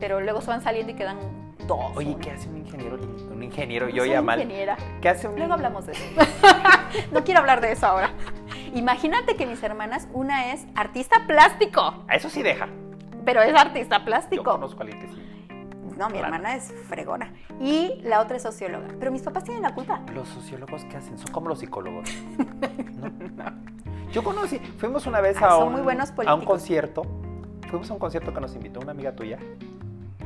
S2: pero luego se van saliendo y quedan dos.
S1: Oye,
S2: uno.
S1: ¿qué hace un ingeniero? lin- Un ingeniero,
S2: No
S1: yo
S2: soy
S1: ya mal.
S2: ingeniera.
S1: ¿Qué hace un
S2: Luego hablamos de eso. <laughs> no quiero hablar de eso ahora. Imagínate que mis hermanas, una es artista plástico,
S1: A eso sí deja.
S2: pero es artista
S1: Yo
S2: plástico.
S1: conozco a alguien que sí.
S2: No, mi hermana es fregona. Y la otra es socióloga. Pero mis papás tienen la culpa.
S1: Los sociólogos, ¿qué hacen? Son como los
S2: <laughs>
S1: psicólogos. No, Yo conocí, fuimos una vez
S2: Ah,
S1: a
S2: son
S1: un,
S2: muy buenos
S1: a un
S2: políticos.
S1: concierto. Fuimos a un concierto que nos invitó una amiga tuya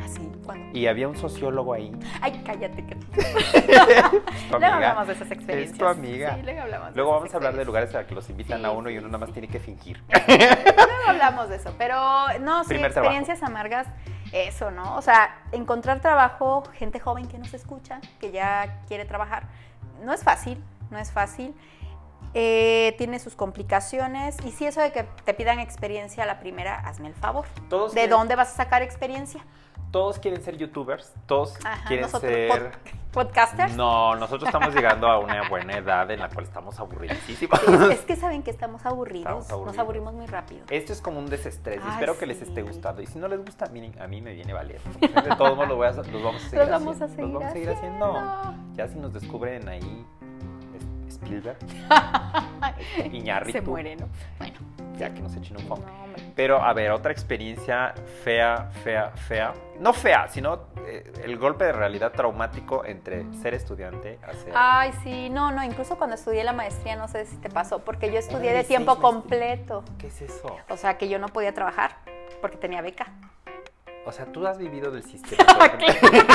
S2: Así, Ah, cuando.
S1: y había un sociólogo ahí.
S2: Ay, cállate. Que...
S1: Tu
S2: Luego
S1: amiga.
S2: hablamos de esas experiencias.
S1: amiga.
S2: Sí, luego hablamos. de
S1: Luego
S2: esas
S1: vamos a hablar de
S2: experiencias.
S1: lugares a que los invitan
S2: Sí,
S1: a uno y
S2: sí,
S1: uno nada más
S2: sí.
S1: tiene que fingir.
S2: Luego hablamos de eso, pero no, sí,
S1: Primer
S2: experiencias amargas, eso, ¿no? O sea, encontrar trabajo, gente joven que nos escucha, que ya quiere trabajar, no es fácil, no es fácil. Eh, tiene sus complicaciones y si eso de que te pidan experiencia a la primera, hazme el favor.
S1: Todos
S2: ¿De
S1: quieren-
S2: dónde vas a sacar experiencia?
S1: Todos quieren ser youtubers, todos
S2: Ajá,
S1: quieren
S2: nosotros,
S1: ser...
S2: pod- podcasters.
S1: No, nosotros estamos llegando a una buena edad en la cual estamos aburridísimos. <laughs>
S2: Es que saben que estamos aburridos,
S1: Estamos aburridos. Eh,
S2: nos aburrimos muy rápido.
S1: Esto es como un desestrés. y
S2: Ay,
S1: Espero que les
S2: Ah, sí.
S1: esté gustando. Y si no les gusta, miren, a mí me viene valiendo. De todos modos, lo voy a- los vamos a seguir
S2: Los vamos a
S1: haciendo.
S2: seguir
S1: Los vamos a seguir haciendo.
S2: haciendo.
S1: Ya si nos descubren ahí es-
S2: <laughs>
S1: Spielberg,
S2: Se
S1: Iñarritu,
S2: muere, ¿no? Bueno,
S1: ya que nos echen un poco.
S2: no, hombre.
S1: Pero, a ver, otra experiencia fea, fea, fea. No fea, sino eh, el golpe de realidad traumático entre ser estudiante a ser...
S2: Ay, sí, no, no, incluso cuando estudié la maestría, no sé si te pasó, porque yo estudié
S1: Ay,
S2: de
S1: seis
S2: tiempo
S1: meses.
S2: completo,
S1: ¿Qué es eso?
S2: o sea que yo no podía trabajar porque tenía beca.
S1: O sea, tú has vivido del
S2: <laughs>
S1: sistema. por ejemplo.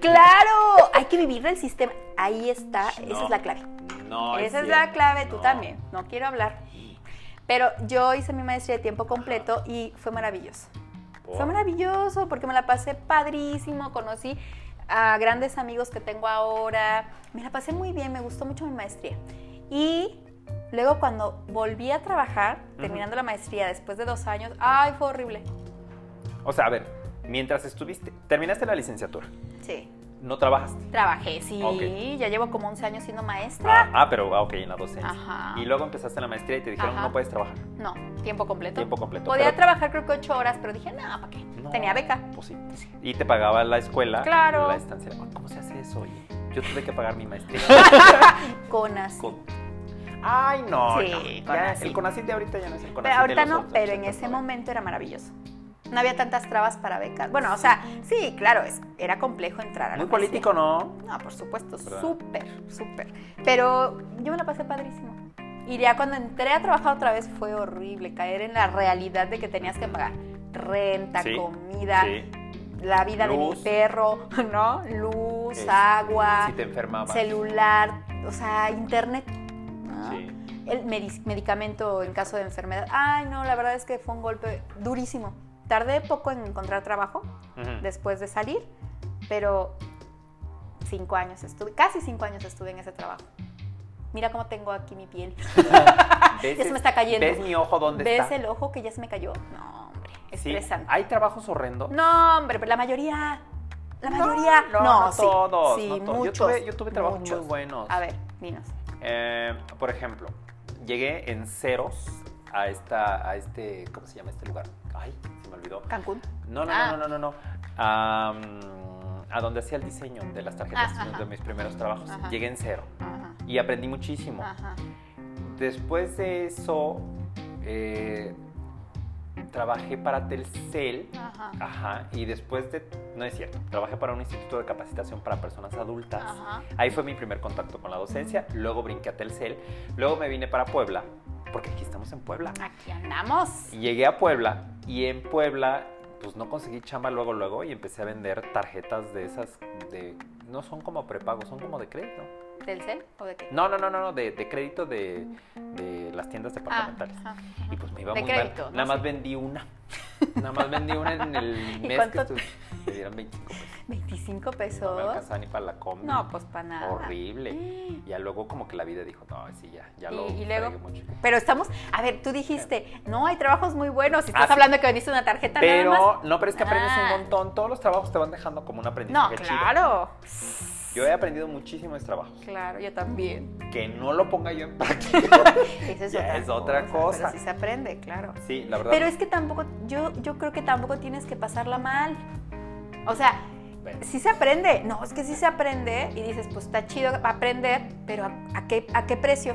S2: ¡Claro! Hay que vivir del sistema. Ahí está, esa
S1: No,
S2: es la clave.
S1: <laughs> No,
S2: esa es
S1: cierto.
S2: la clave, tú
S1: No.
S2: también. No quiero hablar. Pero yo hice mi maestría de tiempo completo y fue maravilloso.
S1: Por-
S2: Fue maravilloso porque me la pasé padrísimo, conocí a grandes amigos que tengo ahora, me la pasé muy bien, me gustó mucho mi maestría. Y luego cuando volví a trabajar, terminando la maestría después de dos años, ay, fue horrible.
S1: O sea, a ver, mientras estuviste, terminaste la licenciatura,
S2: Sí,
S1: no trabajaste.
S2: trabajé, sí,
S1: Ok.
S2: ya llevo como 11 años siendo maestra.
S1: Ah, ah, pero, ah, ok, en la docencia.
S2: Ajá.
S1: Y luego empezaste la maestría y te dijeron,
S2: Ajá.
S1: no puedes trabajar.
S2: No, tiempo completo.
S1: Tiempo completo,
S2: Podía
S1: pero-
S2: trabajar creo que ocho horas, pero dije, no, ¿para qué?
S1: No.
S2: Tenía beca.
S1: Pues sí. Y te pagaba la escuela.
S2: Claro.
S1: La estancia. Oh, ¿Cómo se hace eso? oye? Yo tuve que pagar mi
S2: <laughs>
S1: maestría.
S2: Conas.
S1: Con- Ay, no.
S2: Sí,
S1: no.
S2: con
S1: Ya,
S2: así.
S1: el CONACYT de ahorita ya no es el CONACYT
S2: Pero
S1: de
S2: ahorita
S1: los
S2: no,
S1: otros,
S2: pero en
S1: entonces,
S2: ese
S1: no.
S2: momento era maravilloso. No había tantas trabas para becas. Bueno, o sea, sí, claro, es- era complejo entrar a la
S1: Muy político, ¿no?
S2: maestría. No, por supuesto,
S1: ¿Verdad?
S2: súper, súper. Pero yo me la pasé padrísimo. Y ya cuando entré a trabajar otra vez fue horrible caer en la realidad de que tenías que pagar renta,
S1: Sí,
S2: comida,
S1: sí.
S2: la vida de
S1: Luz.
S2: mi perro, <laughs> ¿no? Luz,
S1: Este,
S2: agua,
S1: Si te enfermabas. Ah.
S2: celular, o sea, internet. Ah, ¿no?
S1: Sí.
S2: el medis- medicamento en caso de enfermedad. Ay, no, la verdad es que fue un golpe durísimo. Tardé poco en encontrar trabajo
S1: Ujú.
S2: después de salir, pero cinco años estuve, casi cinco años estuve en ese trabajo. Mira cómo tengo aquí mi piel.
S1: ¿Ves
S2: Ya se
S1: es-
S2: me está cayendo.
S1: ¿Ves mi ojo dónde
S2: ¿Ves
S1: está?
S2: el ojo que ya se me cayó? No, hombre,
S1: Sí.
S2: estresante.
S1: Hay trabajos horrendos.
S2: No, hombre, pero la mayoría, la mayoría, no, sí,
S1: todos.
S2: sí,
S1: no todos.
S2: muchos,
S1: yo tuve, yo tuve trabajos
S2: muchos.
S1: muy buenos.
S2: A ver, dinos.
S1: Eh, por ejemplo, llegué en ceros a esta, a este, ¿cómo se llama este lugar? Ay, se me olvidó.
S2: Cancún.
S1: No, no,
S2: Ah.
S1: no, no, no, no. A, mm, a donde hacía el diseño de las tarjetas
S2: Ajá, ajá.
S1: de mis primeros trabajos.
S2: Ajá.
S1: Llegué en cero
S2: Ajá,
S1: y aprendí muchísimo.
S2: ajá.
S1: Después de eso, eh, trabajé para Telcel.
S2: Ajá.
S1: Ajá, y después de, no es cierto, trabajé para un instituto de capacitación para personas adultas.
S2: Ajá.
S1: Ahí fue mi primer contacto con la docencia, luego brinqué a Telcel, luego me vine para Puebla, porque aquí estamos en Puebla.
S2: Aquí andamos.
S1: Y Llegué a Puebla y en Puebla pues no conseguí chamba luego luego y empecé a vender tarjetas de esas de no son como prepago, son como de crédito.
S2: ¿Del cel o de qué?
S1: No, no, no, no, no, de, de crédito de, de las tiendas departamentales.
S2: Ah, ajá, ajá.
S1: Y pues me iba
S2: De
S1: muy mal.
S2: crédito, ¿no?
S1: Nada más vendí
S2: <laughs>
S1: una. Nada más vendí una en el
S2: ¿Y
S1: mes que
S2: cuánto?
S1: estuve. Me dieron 25 pesos.
S2: 25
S1: pues, No me
S2: pesos.
S1: alcanzaba ni para la combi.
S2: No, pues para nada.
S1: Horrible. Ya luego como que la vida dijo, no, sí, ya, ya
S2: Y-
S1: lo
S2: y luego-
S1: fregué mucho.
S2: Pero estamos, a ver, tú dijiste, no, hay trabajos muy buenos. y Estás
S1: Ah, sí.
S2: hablando de que vendiste una tarjeta nada
S1: Pero, no, pero es que aprendes
S2: Ah.
S1: un montón. Todos los trabajos te van dejando como un
S2: más.
S1: aprendizaje
S2: No,
S1: chido.
S2: claro.
S1: Yo he aprendido muchísimos trabajos.
S2: Claro, yo también.
S1: Que no lo ponga yo en práctica.
S2: Esa es,
S1: Ya
S2: otra,
S1: es otra cosa.
S2: Pero sí se aprende, claro.
S1: Sí, la verdad.
S2: Pero es que tampoco, yo, yo creo que tampoco tienes que pasarla mal. O sea, <laughs>
S1: Bueno,
S2: sí se aprende. No, es que sí se aprende y dices, pues está chido aprender, pero ¿a, a qué, ¿a qué precio?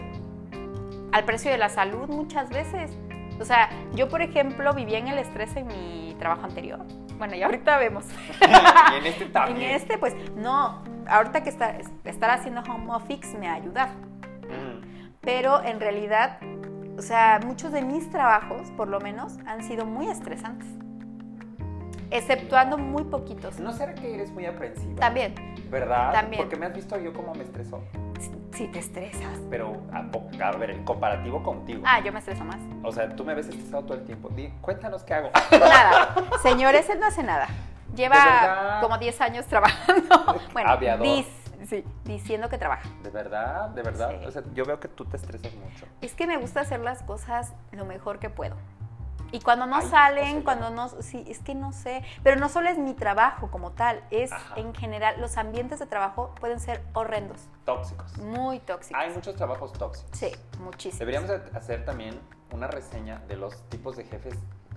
S2: Al precio de la salud muchas veces. O sea, yo por ejemplo vivía en el estrés en mi trabajo anterior. Bueno, y ahorita vemos.
S1: y en este
S2: en
S1: también.
S2: este, pues no, ahorita que está, estar haciendo home office me ayuda.
S1: Mm,
S2: Pero en realidad, o sea, muchos de mis trabajos, por lo menos, han sido muy estresantes. Exceptuando muy poquitos.
S1: No será que eres muy aprensiva.
S2: También,
S1: ¿Verdad?
S2: También.
S1: Porque me has visto yo cómo me estreso.
S2: si te estresas.
S1: Pero, a, po- a ver, en comparativo contigo.
S2: Ah, yo me estreso más.
S1: O sea, tú me ves estresado todo el tiempo. Di, cuéntanos qué hago.
S2: Ah. Nada. Señores, él no hace nada.
S1: ¿De
S2: Lleva
S1: verdad?
S2: como 10 años
S1: <laughs>
S2: trabajando. Bueno,
S1: Aviador.
S2: dis- sí, diciendo que trabaja.
S1: De verdad, de verdad.
S2: Sí.
S1: O sea, yo veo que tú te estresas mucho.
S2: Es que me gusta hacer las cosas lo mejor que puedo. Y cuando no
S1: Ay, o sea,
S2: salen,
S1: ya.
S2: cuando no... Sí, es que no sé. Pero no solo es mi trabajo como tal, es
S1: Ajá.
S2: en general, los ambientes de trabajo pueden ser horrendos,
S1: Tóxicos.
S2: muy tóxicos.
S1: Hay muchos trabajos tóxicos.
S2: Mm, Sí, muchísimo.
S1: Deberíamos ha- hacer también una reseña de los tipos de jefes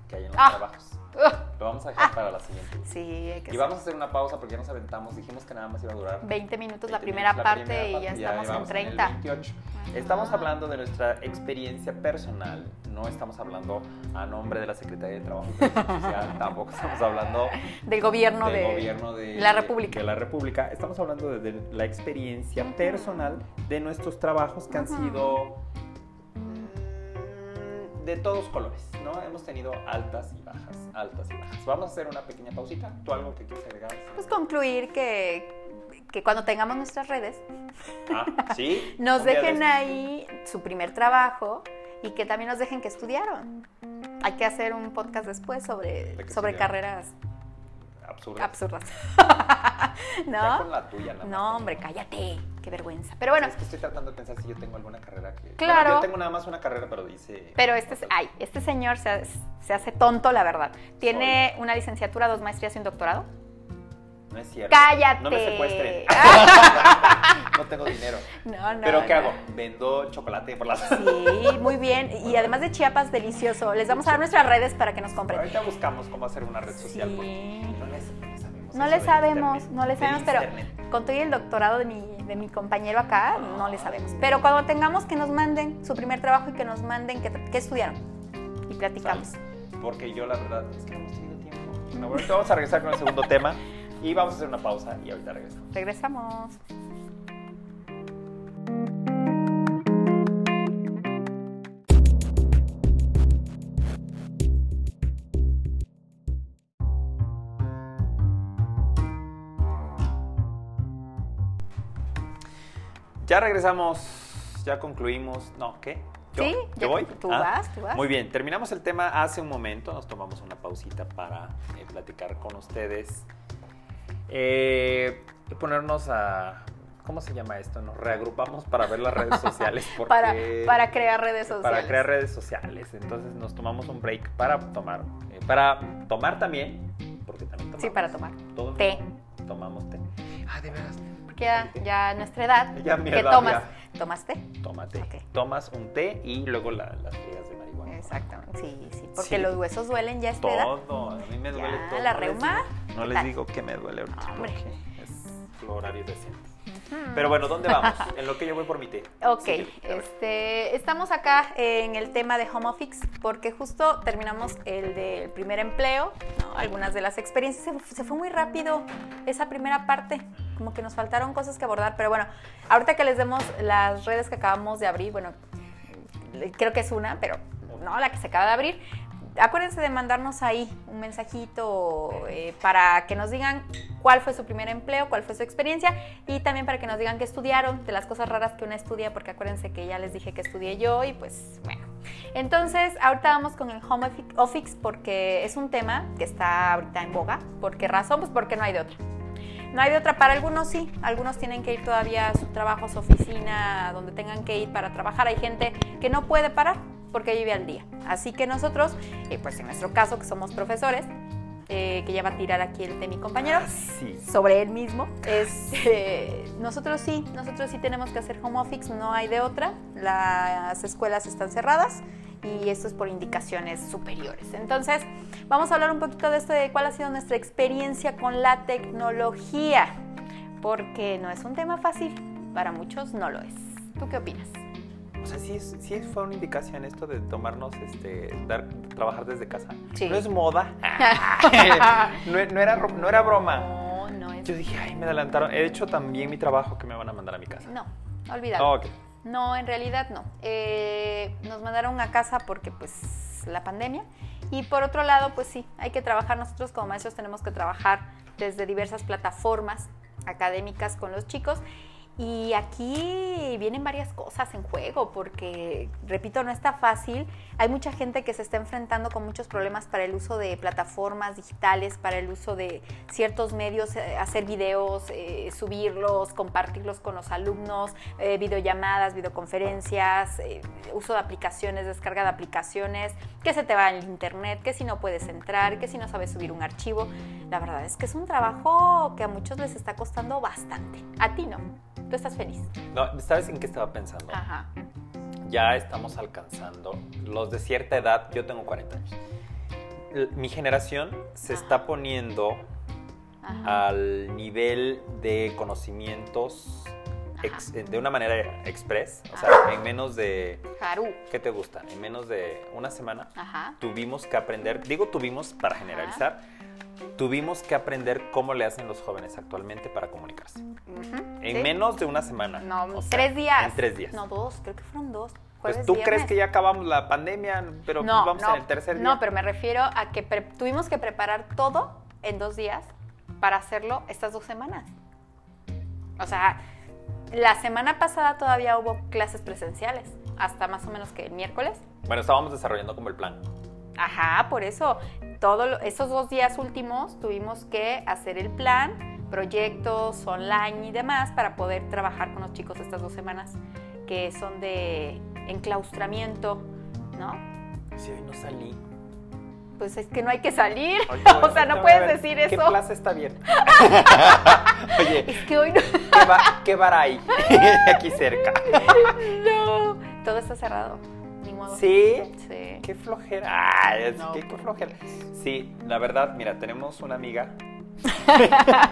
S1: que hay en los
S2: Ah.
S1: trabajos.
S2: Ugh.
S1: Lo vamos a dejar para la siguiente.
S2: Sí, hay que
S1: Y
S2: ser.
S1: vamos a hacer una pausa porque ya nos aventamos. Dijimos que nada más iba a durar
S2: 20 minutos
S1: 20
S2: la primera
S1: minutos,
S2: parte
S1: primera
S2: y ya
S1: parte,
S2: estamos en Ah.
S1: vamos el
S2: 30.
S1: 28. Estamos
S2: Ajá.
S1: hablando de nuestra experiencia personal. No estamos hablando a nombre de la Secretaría de Trabajo y
S2: <laughs>
S1: Previsión Social. Tampoco estamos hablando
S2: Del gobierno
S1: del
S2: de...
S1: gobierno de
S2: la República.
S1: de la República. Estamos hablando de, de la experiencia
S2: Ujú.
S1: personal de nuestros trabajos que han
S2: Ujú.
S1: sido mm, de todos colores, ¿no? Hemos tenido altas y bajas, altas y bajas. Vamos a hacer una pequeña pausita. ¿Tú algo que quieres
S2: <laughs>
S1: agregar?
S2: Pues concluir que, que cuando tengamos nuestras redes,
S1: Ah, sí.
S2: nos
S1: Un día de
S2: dejen
S1: estos.
S2: ahí su primer trabajo y que también nos dejen que estudiaron. Hay que hacer un podcast después sobre,
S1: De que
S2: sobre
S1: estudiaron.
S2: carreras
S1: Absurdo.
S2: absurdas. <laughs>
S1: Ya con
S2: ¿No?
S1: la tuya, la
S2: No, hombre, cállate. Qué vergüenza. Pero bueno,
S1: Es que estoy tratando de pensar si yo tengo alguna carrera que.
S2: Claro.
S1: Bueno, yo tengo nada más una carrera, pero dice.
S2: pero este, es- ay, este señor se, ha- se hace tonto, la verdad. Tiene una licenciatura, dos maestrías y un doctorado.
S1: No es cierto.
S2: ¡Cállate!
S1: No me
S2: <laughs>
S1: secuestren. <laughs> no tengo dinero.
S2: No, no.
S1: ¿Pero qué
S2: no.
S1: hago? Vendo chocolate por las.
S2: Sí, muy bien. Y además de Chiapas, delicioso. Les vamos a dar nuestras redes para que nos
S1: <laughs>
S2: compren.
S1: Ahorita buscamos cómo hacer una red social.
S2: Sí.
S1: porque No les, no les sabemos.
S2: No
S1: eso
S2: le
S1: del
S2: sabemos,
S1: internet,
S2: no le
S1: del
S2: sabemos, pero
S1: internet.
S2: con todo y el doctorado de mi, de mi compañero acá, no le sabemos. Pero cuando tengamos que nos manden su primer trabajo y que nos manden que, que estudiaron y platicamos.
S1: Porque yo, la verdad, es que no hemos tenido tiempo. Bueno, ahorita vamos a regresar con el
S2: <laughs>
S1: segundo tema. Y vamos a hacer una pausa y ahorita regresamos.
S2: Regresamos.
S1: Ya regresamos, ya concluimos. No, ¿qué? ¿Yo,
S2: sí,
S1: ¿yo
S2: ya
S1: voy?
S2: tú
S1: Ah,
S2: vas, tú vas.
S1: Muy bien, terminamos el tema hace un momento, nos tomamos una pausita para eh, platicar con ustedes. Eh, ponernos a... ¿Cómo se llama esto? Nos reagrupamos para ver las
S2: <laughs>
S1: redes sociales. Porque,
S2: Para, para crear redes sociales.
S1: para crear redes sociales. Entonces nos tomamos un break para tomar. eh, para tomar también, porque también tomamos.
S2: Sí, para tomar.
S1: todo el
S2: Té.
S1: mundo Tomamos té. Ah, de veras.
S2: Porque ya, ya a nuestra edad,
S1: <laughs> Ya a mi
S2: ¿qué
S1: edad,
S2: tomas? ¿Tomaste?
S1: Tómate.
S2: Ok.
S1: Tomas un té y luego la- las ligas de marihuana.
S2: Exactamente, sí, sí. Porque
S1: Sí.
S2: los huesos duelen ya a esta edad.
S1: Todo, a mí me
S2: Ya,
S1: duele todo.
S2: la
S1: No les
S2: reuma,
S1: digo-
S2: ¿qué
S1: No les
S2: tal?
S1: digo que me duele ahorita
S2: Hombre. Mm.
S1: porque es lo horario decente. Pero bueno, ¿dónde
S2: <laughs>
S1: vamos? En lo que yo voy por mi té.
S2: Ok,
S1: Sí, a ver.
S2: este, estamos acá en el tema de Home Office porque justo terminamos el del primer empleo, ¿no? algunas de las experiencias. Se, fu- se fue muy rápido esa primera parte, como que nos faltaron cosas que abordar, pero bueno, ahorita que les demos las redes que acabamos de abrir, bueno, le- creo que es una, pero no, la que se acaba de abrir. Acuérdense de mandarnos ahí un mensajito eh, para que nos digan cuál fue su primer empleo, cuál fue su experiencia y también para que nos digan qué estudiaron, de las cosas raras que una estudia, porque acuérdense que ya les dije que estudié yo y pues bueno. Entonces, ahorita vamos con el home offi- office porque es un tema que está ahorita en boga. ¿Por qué razón? Pues porque no hay de otra. No hay de otra. Para algunos sí, algunos tienen que ir todavía a su trabajo, a su oficina, a donde tengan que ir para trabajar. Hay gente que no puede parar porque vive al día. Así que nosotros, eh, pues en nuestro caso que somos profesores, eh, que ya va a tirar aquí el de mi compañero,
S1: Ah, sí.
S2: sobre él mismo. Este, nosotros sí, nosotros sí tenemos que hacer home office, no hay de otra. Las escuelas están cerradas y esto es por indicaciones superiores. Entonces, vamos a hablar un poquito de esto de cuál ha sido nuestra experiencia con la tecnología, porque no es un tema fácil, para muchos no lo es. ¿Tú qué opinas?
S1: O sea, sí, es- sí fue una indicación esto de tomarnos, este, dar, trabajar desde casa.
S2: Sí.
S1: No es
S2: <laughs>
S1: moda. <laughs> no, no era, ro- no era broma.
S2: No, no es.
S1: Yo dije, ay, me adelantaron. He hecho también mi trabajo que me van a mandar a mi casa.
S2: No, olvídalo.
S1: Ah, ok.
S2: No, en realidad no. Eh, nos mandaron a casa porque pues la pandemia. Y por otro lado, pues sí, hay que trabajar. Nosotros como maestros tenemos que trabajar desde diversas plataformas académicas con los chicos. Y aquí vienen varias cosas en juego porque, repito, no está fácil. Hay mucha gente que se está enfrentando con muchos problemas para el uso de plataformas digitales, para el uso de ciertos medios, eh, hacer videos, eh, subirlos, compartirlos con los alumnos, eh, videollamadas, videoconferencias, eh, uso de aplicaciones, descarga de aplicaciones, que se te va el internet, que si no puedes entrar, que si no sabes subir un archivo. La verdad es que es un trabajo que a muchos les está costando bastante. A ti no. Tú estás feliz.
S1: No, ¿Sabes en qué estaba pensando?
S2: Ajá.
S1: ya estamos alcanzando los de cierta edad, yo tengo 40 años. L- Mi generación se
S2: Ajá.
S1: está poniendo Ah.
S2: Ajá.
S1: al nivel de conocimientos ex- eh, de una manera express, o sea, en menos de
S2: Haru.
S1: ¿qué te gusta? En menos de una semana
S2: Ajá.
S1: tuvimos que aprender, digo tuvimos para
S2: Ajá.
S1: generalizar, tuvimos que aprender cómo le hacen los jóvenes actualmente para comunicarse.
S2: Ujú.
S1: En
S2: Sí.
S1: menos de una semana.
S2: No,
S1: o sea,
S2: tres días.
S1: En tres días.
S2: No, dos. Creo que fueron dos.
S1: Pues
S2: Jueves,
S1: tú
S2: viernes.
S1: crees que ya acabamos la pandemia, pero
S2: no,
S1: vamos
S2: no,
S1: en el tercer día.
S2: No, pero me refiero a que pre- tuvimos que preparar todo en dos días para hacerlo estas dos semanas. O sea, la semana pasada todavía hubo clases presenciales, hasta más o menos que el miércoles.
S1: Bueno, estábamos desarrollando como el plan.
S2: Ajá, por eso, todos esos dos días últimos tuvimos que hacer el plan, proyectos online y demás para poder trabajar con los chicos estas dos semanas que son de enclaustramiento, ¿no?
S1: Si hoy no salí.
S2: Pues es que no hay que salir. <laughs> o sea, no puedes decir
S1: ¿Qué
S2: eso.
S1: plaza está bien? Oye,
S2: Es que hoy no. <laughs>
S1: ¿qué, va, qué bar hay <laughs> aquí cerca?
S2: no. Todo está cerrado. Ni modo.
S1: ¿Sí?
S2: Sí.
S1: Qué flojera. Ay, es
S2: No,
S1: que qué
S2: por
S1: flojera. Sí, la verdad, mira, tenemos una
S2: <laughs>
S1: amiga. Tienes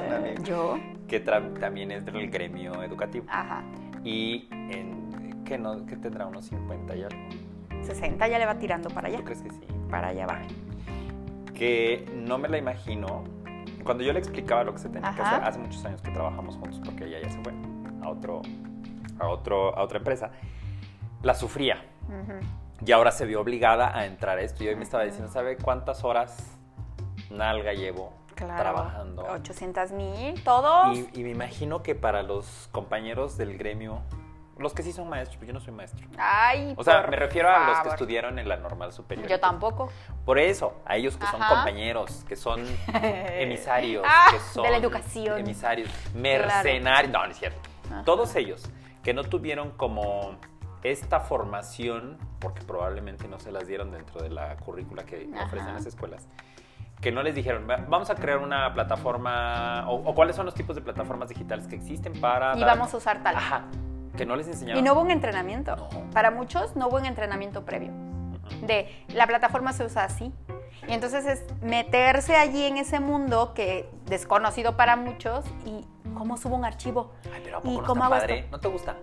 S1: una
S2: Eh,
S1: amiga
S2: Yo.
S1: que tra- también es del gremio educativo.
S2: Ajá.
S1: Y en, que, no, que tendrá unos 50 y algo.
S2: 60 ya le va tirando para allá.
S1: ¿Tú crees que sí?
S2: Para allá va.
S1: que no me la imagino. Cuando yo le explicaba lo que se tenía que
S2: Ajá.
S1: hacer, hace muchos años que trabajamos juntos porque ella ya se fue a, otro, a, otro, a otra empresa, la sufría
S2: Ujú.
S1: y ahora se vio obligada a entrar a esto. Y hoy me estaba diciendo, ¿sabe cuántas horas nalga llevo
S2: claro.
S1: trabajando.
S2: 800 mil, todos.
S1: Y, y me imagino que para los compañeros del gremio, los que sí son maestros, pero yo no soy maestro.
S2: Ay,
S1: O sea,
S2: por
S1: me refiero a los que
S2: favor.
S1: estudiaron en la normal superior.
S2: Yo
S1: <laughs>
S2: tampoco.
S1: Por eso, a ellos que son
S2: Ajá.
S1: compañeros, que son emisarios,
S2: Ah,
S1: que son
S2: de la educación.
S1: emisarios, mercenarios, no, no es cierto.
S2: Ajá.
S1: Todos ellos que no tuvieron como esta formación, porque probablemente no se las dieron dentro de la currícula que
S2: Ajá.
S1: ofrecen las escuelas, que no les dijeron, "Va- vamos a crear una plataforma, o, o cuáles son los tipos de plataformas digitales que existen para...
S2: Y
S1: dar-"
S2: vamos a usar tal.
S1: Ajá, que no les enseñaron.
S2: Y no hubo un entrenamiento.
S1: No.
S2: Para muchos no hubo un entrenamiento previo. De la plataforma se usa así. Y entonces es meterse allí en ese mundo que desconocido para muchos y cómo subo un archivo.
S1: Ay, pero ¿a
S2: ¿Y
S1: poco no
S2: cómo
S1: está
S2: hago
S1: padre?
S2: esto?
S1: ¿No te gusta?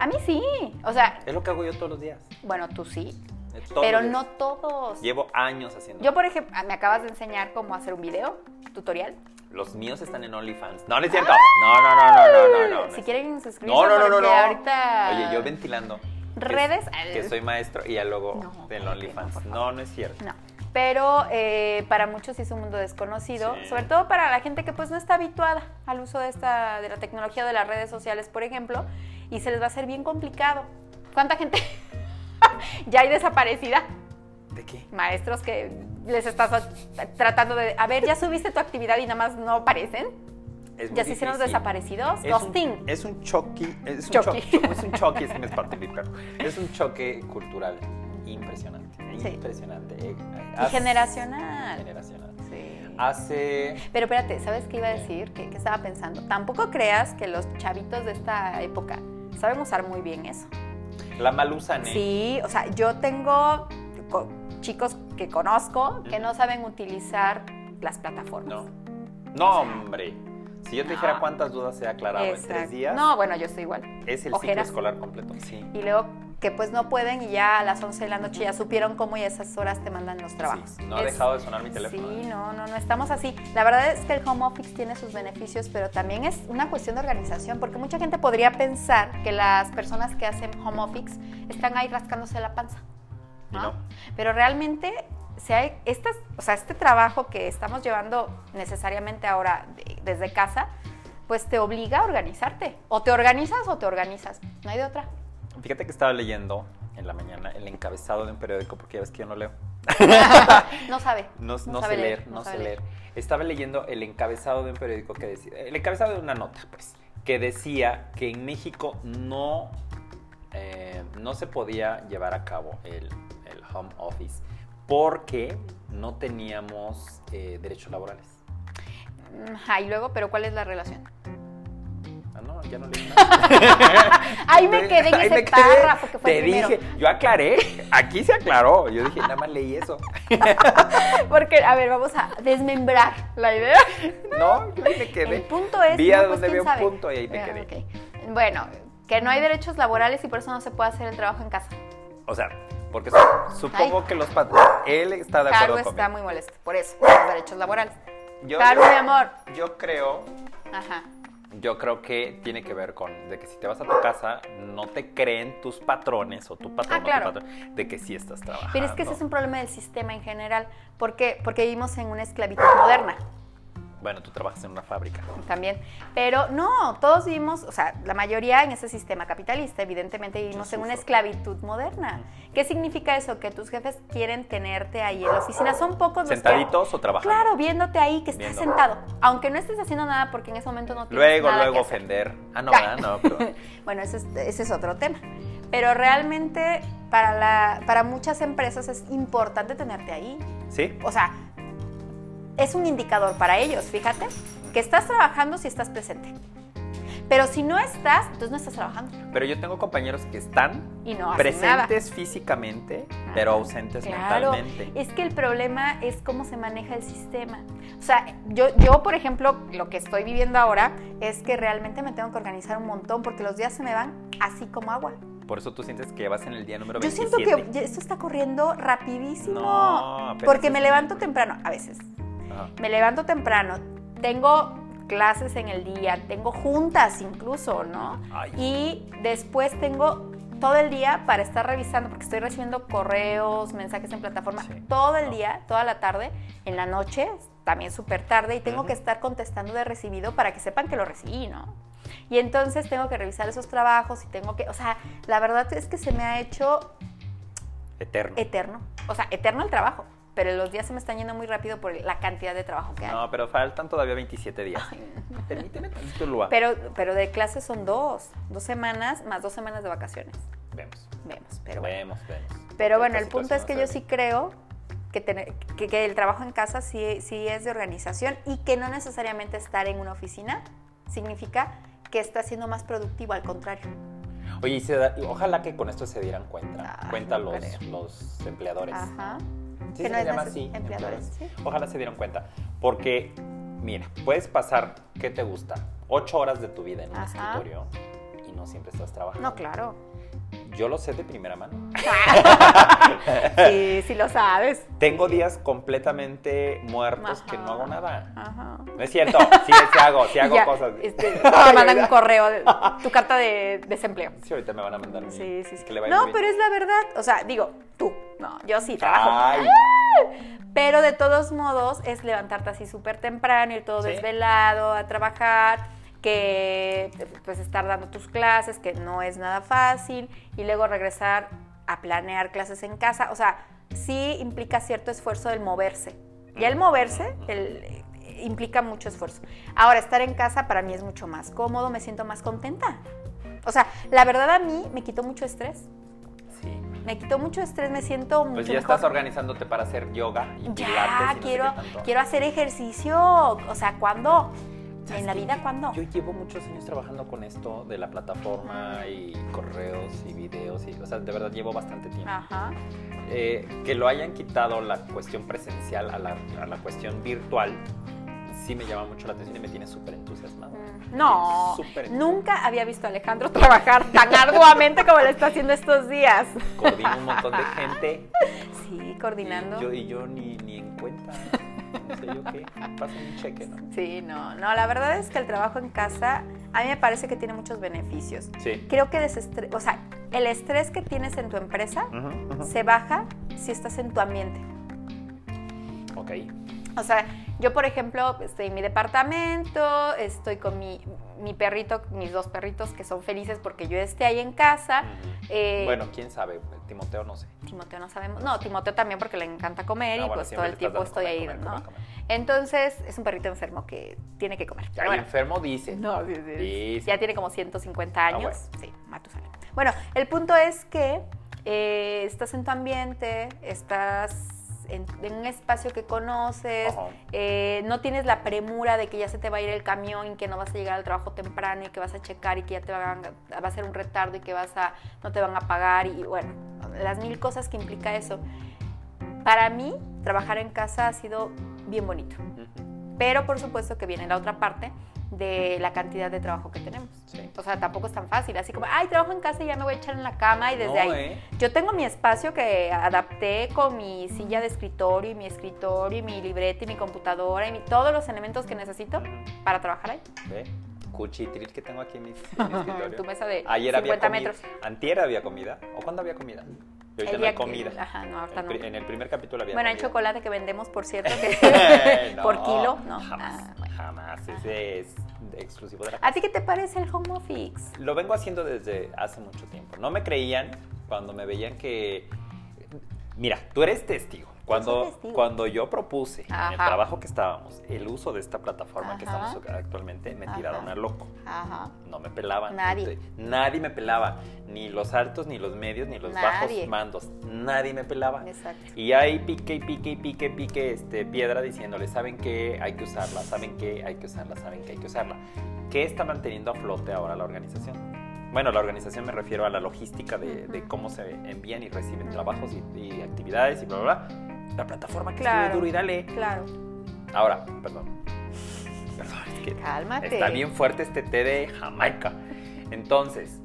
S2: A mí sí. O sea,
S1: Es lo que hago yo todos los días.
S2: bueno, tú sí,
S1: eh, todos
S2: pero
S1: los días.
S2: no todos.
S1: Llevo años haciendo.
S2: Yo, por ejemplo, ah, me acabas de enseñar cómo hacer un video, tutorial.
S1: Los míos están en OnlyFans. No, no es cierto. No, no, no, no, no, no. no.
S2: si quieren suscribirse,
S1: no, no, no, no,
S2: porque
S1: no.
S2: ahorita...
S1: Oye, yo ventilando. que-
S2: Redes. eh,
S1: Que, soy maestro y ya luego
S2: No,
S1: del
S2: no,
S1: OnlyFans.
S2: por favor.
S1: No, no es cierto.
S2: No. Pero eh, para muchos sí es un mundo desconocido,
S1: Sí.
S2: sobre todo para la gente que pues no está habituada al uso de esta de la tecnología de las redes sociales, por ejemplo, y se les va a hacer bien complicado. ¿Cuánta gente <laughs> ya hay desaparecida?
S1: ¿De qué?
S2: Maestros que les estás a- tratando de, a ver, ya subiste tu actividad y nada más no aparecen.
S1: Es muy
S2: Ya se hicieron
S1: difícil.
S2: desaparecidos.
S1: Es un-
S2: Ghosting.
S1: Es un choque. Es un
S2: Choque.
S1: choque. es un choque. Es que me espanté mi perro. Es un choque cultural impresionante.
S2: Sí.
S1: Impresionante. Eh,
S2: Y
S1: hace-
S2: generacional.
S1: Generacional.
S2: Sí.
S1: Hace.
S2: Pero espérate, ¿sabes qué iba a decir? ¿Qué, qué estaba pensando? Tampoco creas que los chavitos de esta época saben usar muy bien eso.
S1: La Malusane.
S2: Sí, o sea, yo tengo co- chicos que conozco que no saben utilizar las plataformas.
S1: No. No, hombre. Si yo te dijera
S2: No.
S1: cuántas dudas he aclarado en tres
S2: Ah. Exacto.
S1: días,
S2: No, bueno, yo estoy igual.
S1: es el
S2: ojeras.
S1: ciclo escolar completo. Sí.
S2: Y luego que pues no pueden y ya a las 11 de la noche ya supieron cómo y a esas horas te mandan los trabajos.
S1: Sí, No ha
S2: Es-
S1: dejado de sonar mi teléfono. ¿eh?
S2: Sí, no, no, no estamos así. La verdad es que el home office tiene sus beneficios, pero también es una cuestión de organización, porque mucha gente podría pensar que las personas que hacen home office están ahí rascándose la panza.
S1: Y
S2: ¿no?
S1: no.
S2: Pero realmente se ha- estas, o sea, este trabajo que estamos llevando necesariamente ahora de- desde casa, pues te obliga a organizarte. O te organizas o te organizas. No hay de
S1: <laughs>
S2: otra.
S1: Fíjate que estaba leyendo en la mañana el encabezado de un periódico, porque ya ves que yo no leo.
S2: No sabe.
S1: No, no sé
S2: sabe
S1: leer, no, sé
S2: sabe
S1: leer. Estaba leyendo el encabezado de un periódico que decía, el encabezado de una nota, pues, que decía que en México no, eh, no se podía llevar a cabo el, el home office porque no teníamos eh, derechos laborales.
S2: Ajá, y luego, pero ¿cuál es la relación?
S1: Ah, no, ya no leí nada.
S2: <laughs> Ahí me quedé en
S1: Ahí
S2: ese
S1: me quedé.
S2: párrafo que fue
S1: Te
S2: el primero.
S1: dije, yo aclaré, aquí se aclaró. Yo dije, nada más leí eso. <laughs>
S2: Porque, a ver, vamos a desmembrar la idea.
S1: No, yo ahí me quedé.
S2: El punto es.
S1: Vi a
S2: no, pues,
S1: donde
S2: ¿quién
S1: veo un
S2: sabe?
S1: punto y ahí me
S2: Ah,
S1: quedé.
S2: ok. Bueno, que no hay derechos laborales y por eso no se puede hacer el trabajo en casa.
S1: O sea, porque su- supongo
S2: Ay.
S1: que los padres. Él está de
S2: Caro
S1: acuerdo
S2: está
S1: conmigo.
S2: muy molesto, por eso, por los derechos laborales.
S1: Yo,
S2: Caro, mi amor.
S1: yo creo,
S2: Ajá.
S1: yo creo que tiene que ver con de que si te vas a tu casa no te creen tus patrones o tu patrón, o tu
S2: claro.
S1: patrón, de que sí estás trabajando.
S2: Pero es que ese es un problema del sistema en general. ¿Por qué? Porque vivimos en una esclavitud moderna
S1: Bueno, tú trabajas en una fábrica.
S2: también. Pero no, todos vivimos, o sea, la mayoría en ese sistema capitalista, evidentemente vivimos en una
S1: sufro.
S2: esclavitud moderna. ¿Qué significa eso? Que tus jefes quieren tenerte ahí en la oficina. Son pocos los que-
S1: Sentaditos o trabajando.
S2: Claro, viéndote ahí que estás
S1: Viendo.
S2: sentado, aunque no estés haciendo nada porque en ese momento no tienes
S1: Luego,
S2: nada
S1: luego
S2: que hacer.
S1: ofender. Ah, no,
S2: Ya.
S1: ah, no, pero-
S2: <laughs> Bueno, ese es, ese es otro tema. Pero realmente para, la, para muchas empresas es importante tenerte ahí.
S1: ¿Sí?
S2: O sea, es un indicador para ellos, fíjate, que estás trabajando si estás presente. Pero si no estás, entonces no estás trabajando.
S1: Pero yo tengo compañeros que están
S2: Y no hacen nada.
S1: presentes físicamente, pero ausentes
S2: Claro,
S1: mentalmente.
S2: es que el problema es cómo se maneja el sistema. O sea, yo, yo, por ejemplo, lo que estoy viviendo ahora es que realmente me tengo que organizar un montón porque los días se me van así como agua.
S1: Por eso tú sientes que vas en el día número
S2: Yo
S1: 27.
S2: siento que ya esto está corriendo rapidísimo.
S1: No, apenas
S2: porque me
S1: es
S2: levanto
S1: miércoles.
S2: temprano, a veces.
S1: Ajá.
S2: Me levanto temprano, tengo clases en el día, tengo juntas incluso, ¿no?
S1: Ay.
S2: Y después tengo todo el día para estar revisando, porque estoy recibiendo correos, mensajes en plataforma,
S1: Sí,
S2: todo el
S1: no.
S2: día, toda la tarde, en la noche, también súper tarde y tengo
S1: Ujú.
S2: que estar contestando de recibido para que sepan que lo recibí, ¿no? Y entonces tengo que revisar esos trabajos y tengo que, o sea, la verdad es que se me ha hecho
S1: Eterno.
S2: eterno, o sea, eterno el trabajo, pero los días se me están yendo muy rápido por la cantidad de trabajo que hay.
S1: No, pero faltan todavía 27 días. Permíteme tantito, Lua.
S2: Pero, pero de clases son dos, dos semanas más dos semanas de vacaciones.
S1: Vemos.
S2: Vemos, pero bueno.
S1: vemos, vemos.
S2: Pero
S1: Esta
S2: bueno, el punto
S1: situación
S2: es que
S1: no
S2: yo
S1: se
S2: sí
S1: ve.
S2: creo que, tener- que, que el trabajo en casa sí, sí es de organización y que no necesariamente estar en una oficina significa que está siendo más productivo, al contrario.
S1: Oye, y se da- y ojalá que con esto se dieran cuenta,
S2: Ay,
S1: cuenta
S2: no
S1: los,
S2: creo.
S1: los empleadores.
S2: Ajá.
S1: Sí,
S2: Que
S1: se
S2: no
S1: le
S2: es
S1: llama
S2: neces-
S1: así,
S2: empleadores, sí.
S1: Ojalá se dieran cuenta. Porque, mira, puedes pasar, ¿qué te gusta? Ocho horas de tu vida en un
S2: Ajá.
S1: escritorio y no siempre estás trabajando. <laughs>
S2: No, claro.
S1: Yo lo sé de primera mano.
S2: Sí, sí lo sabes.
S1: Tengo días completamente muertos
S2: Ajá.
S1: que no hago nada.
S2: Ajá.
S1: No es cierto, sí, sí hago,
S2: <laughs>
S1: sí hago
S2: Ya,
S1: cosas.
S2: este, te
S1: <laughs> Ay,
S2: mandan un
S1: ¿verdad?
S2: correo, de- tu carta de desempleo.
S1: Sí, ahorita me van a mandar mi-
S2: Sí, sí, sí.
S1: que le vaya
S2: No,
S1: muy bien.
S2: pero es la verdad. O sea, digo, tú. No, yo sí trabajo. Ah.
S1: Ay,
S2: Pero de todos modos es levantarte así súper temprano, ir todo
S1: Sí.
S2: desvelado, a trabajar, que pues estar dando tus clases, que no es nada fácil, y luego regresar a planear clases en casa. O sea, sí implica cierto esfuerzo el moverse. Y el moverse el, eh, implica mucho esfuerzo. Ahora, estar en casa para mí es mucho más cómodo, me siento más contenta. O sea, la verdad a mí me quitó mucho estrés.
S1: sí.
S2: Me quitó mucho estrés, me siento mucho
S1: Pues ya
S2: mejor.
S1: estás organizándote para hacer yoga y
S2: Ya,
S1: pilates. y no sé
S2: quiero,
S1: qué tanto.
S2: quiero hacer ejercicio. O sea, ¿cuándo?
S1: ¿Sabes
S2: En la
S1: qué?
S2: vida, ¿cuándo?
S1: Yo llevo muchos años trabajando con esto de la plataforma y correos y videos. Y, o sea, de verdad llevo bastante tiempo.
S2: Ajá.
S1: Eh, que lo hayan quitado la cuestión presencial a la, a la cuestión virtual, sí me llama mucho la atención y me tiene súper entusiasmado.
S2: Mm, No,
S1: Súper
S2: nunca había visto a Alejandro <laughs> trabajar tan arduamente como lo está haciendo estos días.
S1: Coordino un montón
S2: <laughs>
S1: de gente.
S2: Sí,
S1: y
S2: coordinando.
S1: yo- Y yo, ni, ni en cuenta. No sé yo qué. Pasa un cheque, ¿no?
S2: Sí, no, no, la verdad es que el trabajo en casa a mí me parece que tiene muchos beneficios.
S1: Sí.
S2: Creo que desestrés, o sea, el estrés que tienes en tu empresa se baja si estás en tu ambiente.
S1: Ok.
S2: O sea, yo por ejemplo estoy en mi departamento, estoy con mi, mi perrito, mis dos perritos que son felices porque yo esté ahí en casa. Eh,
S1: Mm. Bueno, quién sabe. Timoteo no sé.
S2: Timoteo no sabemos. No, Timoteo también porque le encanta comer
S1: Ah,
S2: y
S1: bueno,
S2: pues todo
S1: siempre
S2: el
S1: le estás dando
S2: tiempo estoy
S1: comer,
S2: ahí,
S1: comer, comer,
S2: ¿no?
S1: comer.
S2: Entonces es un perrito enfermo que tiene que comer.
S1: Ya,
S2: Pero bueno.
S1: enfermo dice.
S2: No, sí, sí,
S1: Sí, sí.
S2: Ya tiene como 150 años.
S1: bueno.
S2: Sí, Matusalén. Bueno, el punto es que eh, estás en tu ambiente, estás en, en un espacio que conoces,
S1: Ajá.
S2: eh, no tienes la premura de que ya se te va a ir el camión y que no vas a llegar al trabajo temprano y que vas a checar y que ya te van, a- va a ser un retardo y que vas a, no te van a pagar y bueno, las mil cosas que implica eso. Para mí, trabajar en casa ha sido bien bonito.
S1: Ujú.
S2: Pero por supuesto que viene la otra parte de la cantidad de trabajo que tenemos.
S1: Sí.
S2: O sea, tampoco es tan fácil. Así como, ay, trabajo en casa y ya me voy a echar en la cama y desde
S1: No,
S2: ahí.
S1: ¿eh?
S2: Yo tengo mi espacio que adapté con mi silla de escritorio y mi escritorio y mi libreta y mi computadora y mi- todos los elementos que necesito
S1: Ujú.
S2: para trabajar ahí.
S1: Ve, Cuchitril que tengo aquí en mi, en mi
S2: En <laughs> tu
S1: escritorio.
S2: mesa de
S1: Ayer
S2: 50
S1: había comida.
S2: metros.
S1: Antier había comida. ¿O cuándo había comida? Y ahorita
S2: El
S1: no hay
S2: día que-
S1: comida.
S2: ajá, no, ahorita
S1: El
S2: no.
S1: pri- En el primer capítulo había
S2: Bueno, hay
S1: comida.
S2: chocolate que vendemos, por cierto,
S1: <laughs>
S2: que
S1: No,
S2: por kilo, ¿no?
S1: Jamás.
S2: Ah, bueno.
S1: Jamás. Ese es exclusivo de la
S2: ¿A ti qué te parece el home office?
S1: Lo vengo haciendo desde hace mucho tiempo. No me creían cuando me veían que... Mira, tú eres testigo. Cuando,
S2: soy testigo.
S1: cuando yo propuse en el
S2: Ajá.
S1: trabajo que estábamos el uso de esta plataforma que
S2: Ajá.
S1: estamos actualmente, me
S2: Ajá.
S1: tiraron a loco.
S2: Ajá.
S1: No me pelaban.
S2: Nadie.
S1: Nadie me pelaba. Ni los altos, ni los medios, ni los
S2: Nadie.
S1: bajos mandos. Nadie me pelaba.
S2: Exacto.
S1: Y ahí pique y pique y pique y pique este, piedra diciéndole, saben que hay que usarla, saben que hay que usarla, saben que hay que usarla. ¿Qué está manteniendo a flote ahora la organización? Bueno, la organización me refiero a la logística de, de
S2: Ujú.
S1: cómo se envían y reciben
S2: Ujú.
S1: trabajos y, y actividades y bla, bla, bla. La plataforma que
S2: Claro.
S1: estuvo duro y dale.
S2: Claro.
S1: Ahora, perdón. Perdón, es que
S2: Cálmate.
S1: Está bien fuerte este té de Jamaica. Entonces,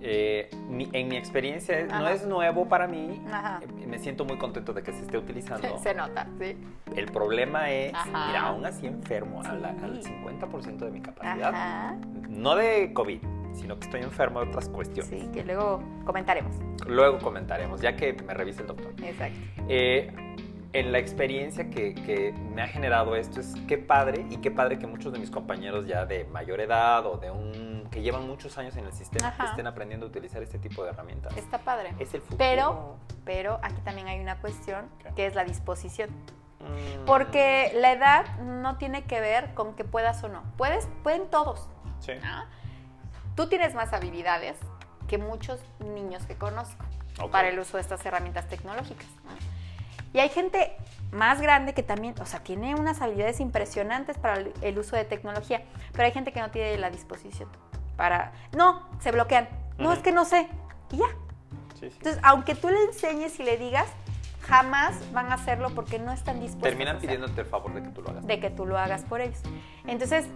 S1: eh, mi- en mi experiencia es- no
S2: Ajá.
S1: es nuevo para mí.
S2: Ajá.
S1: Eh, Me siento muy contento de que se esté utilizando.
S2: <laughs> Se nota, sí.
S1: El problema es,
S2: Ajá.
S1: mira, aún así enfermo a la- al
S2: Sí.
S1: 50% de mi capacidad.
S2: Ajá.
S1: No de COVID, sino que estoy enfermo de otras cuestiones.
S2: Sí, que luego comentaremos.
S1: Luego comentaremos, ya que me revise el doctor.
S2: Exacto.
S1: Eh, en la experiencia que, que me ha generado esto es qué padre y qué padre que muchos de mis compañeros ya de mayor edad o de un que llevan muchos años en el sistema
S2: Ajá.
S1: estén aprendiendo a utilizar este tipo de herramientas.
S2: Está padre.
S1: Es el futuro.
S2: Pero, pero aquí también hay una cuestión
S1: ¿Qué?
S2: que es la disposición.
S1: Mm,
S2: Porque la edad no tiene que ver con que puedas o no. Puedes, pueden todos.
S1: sí.
S2: ¿no? Tú tienes más habilidades que muchos niños que conozco
S1: Ok.
S2: para el uso de estas herramientas tecnológicas. ¿no? Y hay gente más grande que también, o sea, tiene unas habilidades impresionantes para el- el uso de tecnología, pero hay gente que no tiene la disposición para... No, se bloquean. No,
S1: Ujú.
S2: es que no sé. Y ya.
S1: Sí, sí.
S2: Entonces, aunque tú le enseñes y le digas, jamás van a hacerlo porque no están dispuestos. a
S1: Terminan
S2: hacerlo
S1: pidiéndote el favor de que tú lo hagas.
S2: de que tú lo hagas por ellos. Entonces,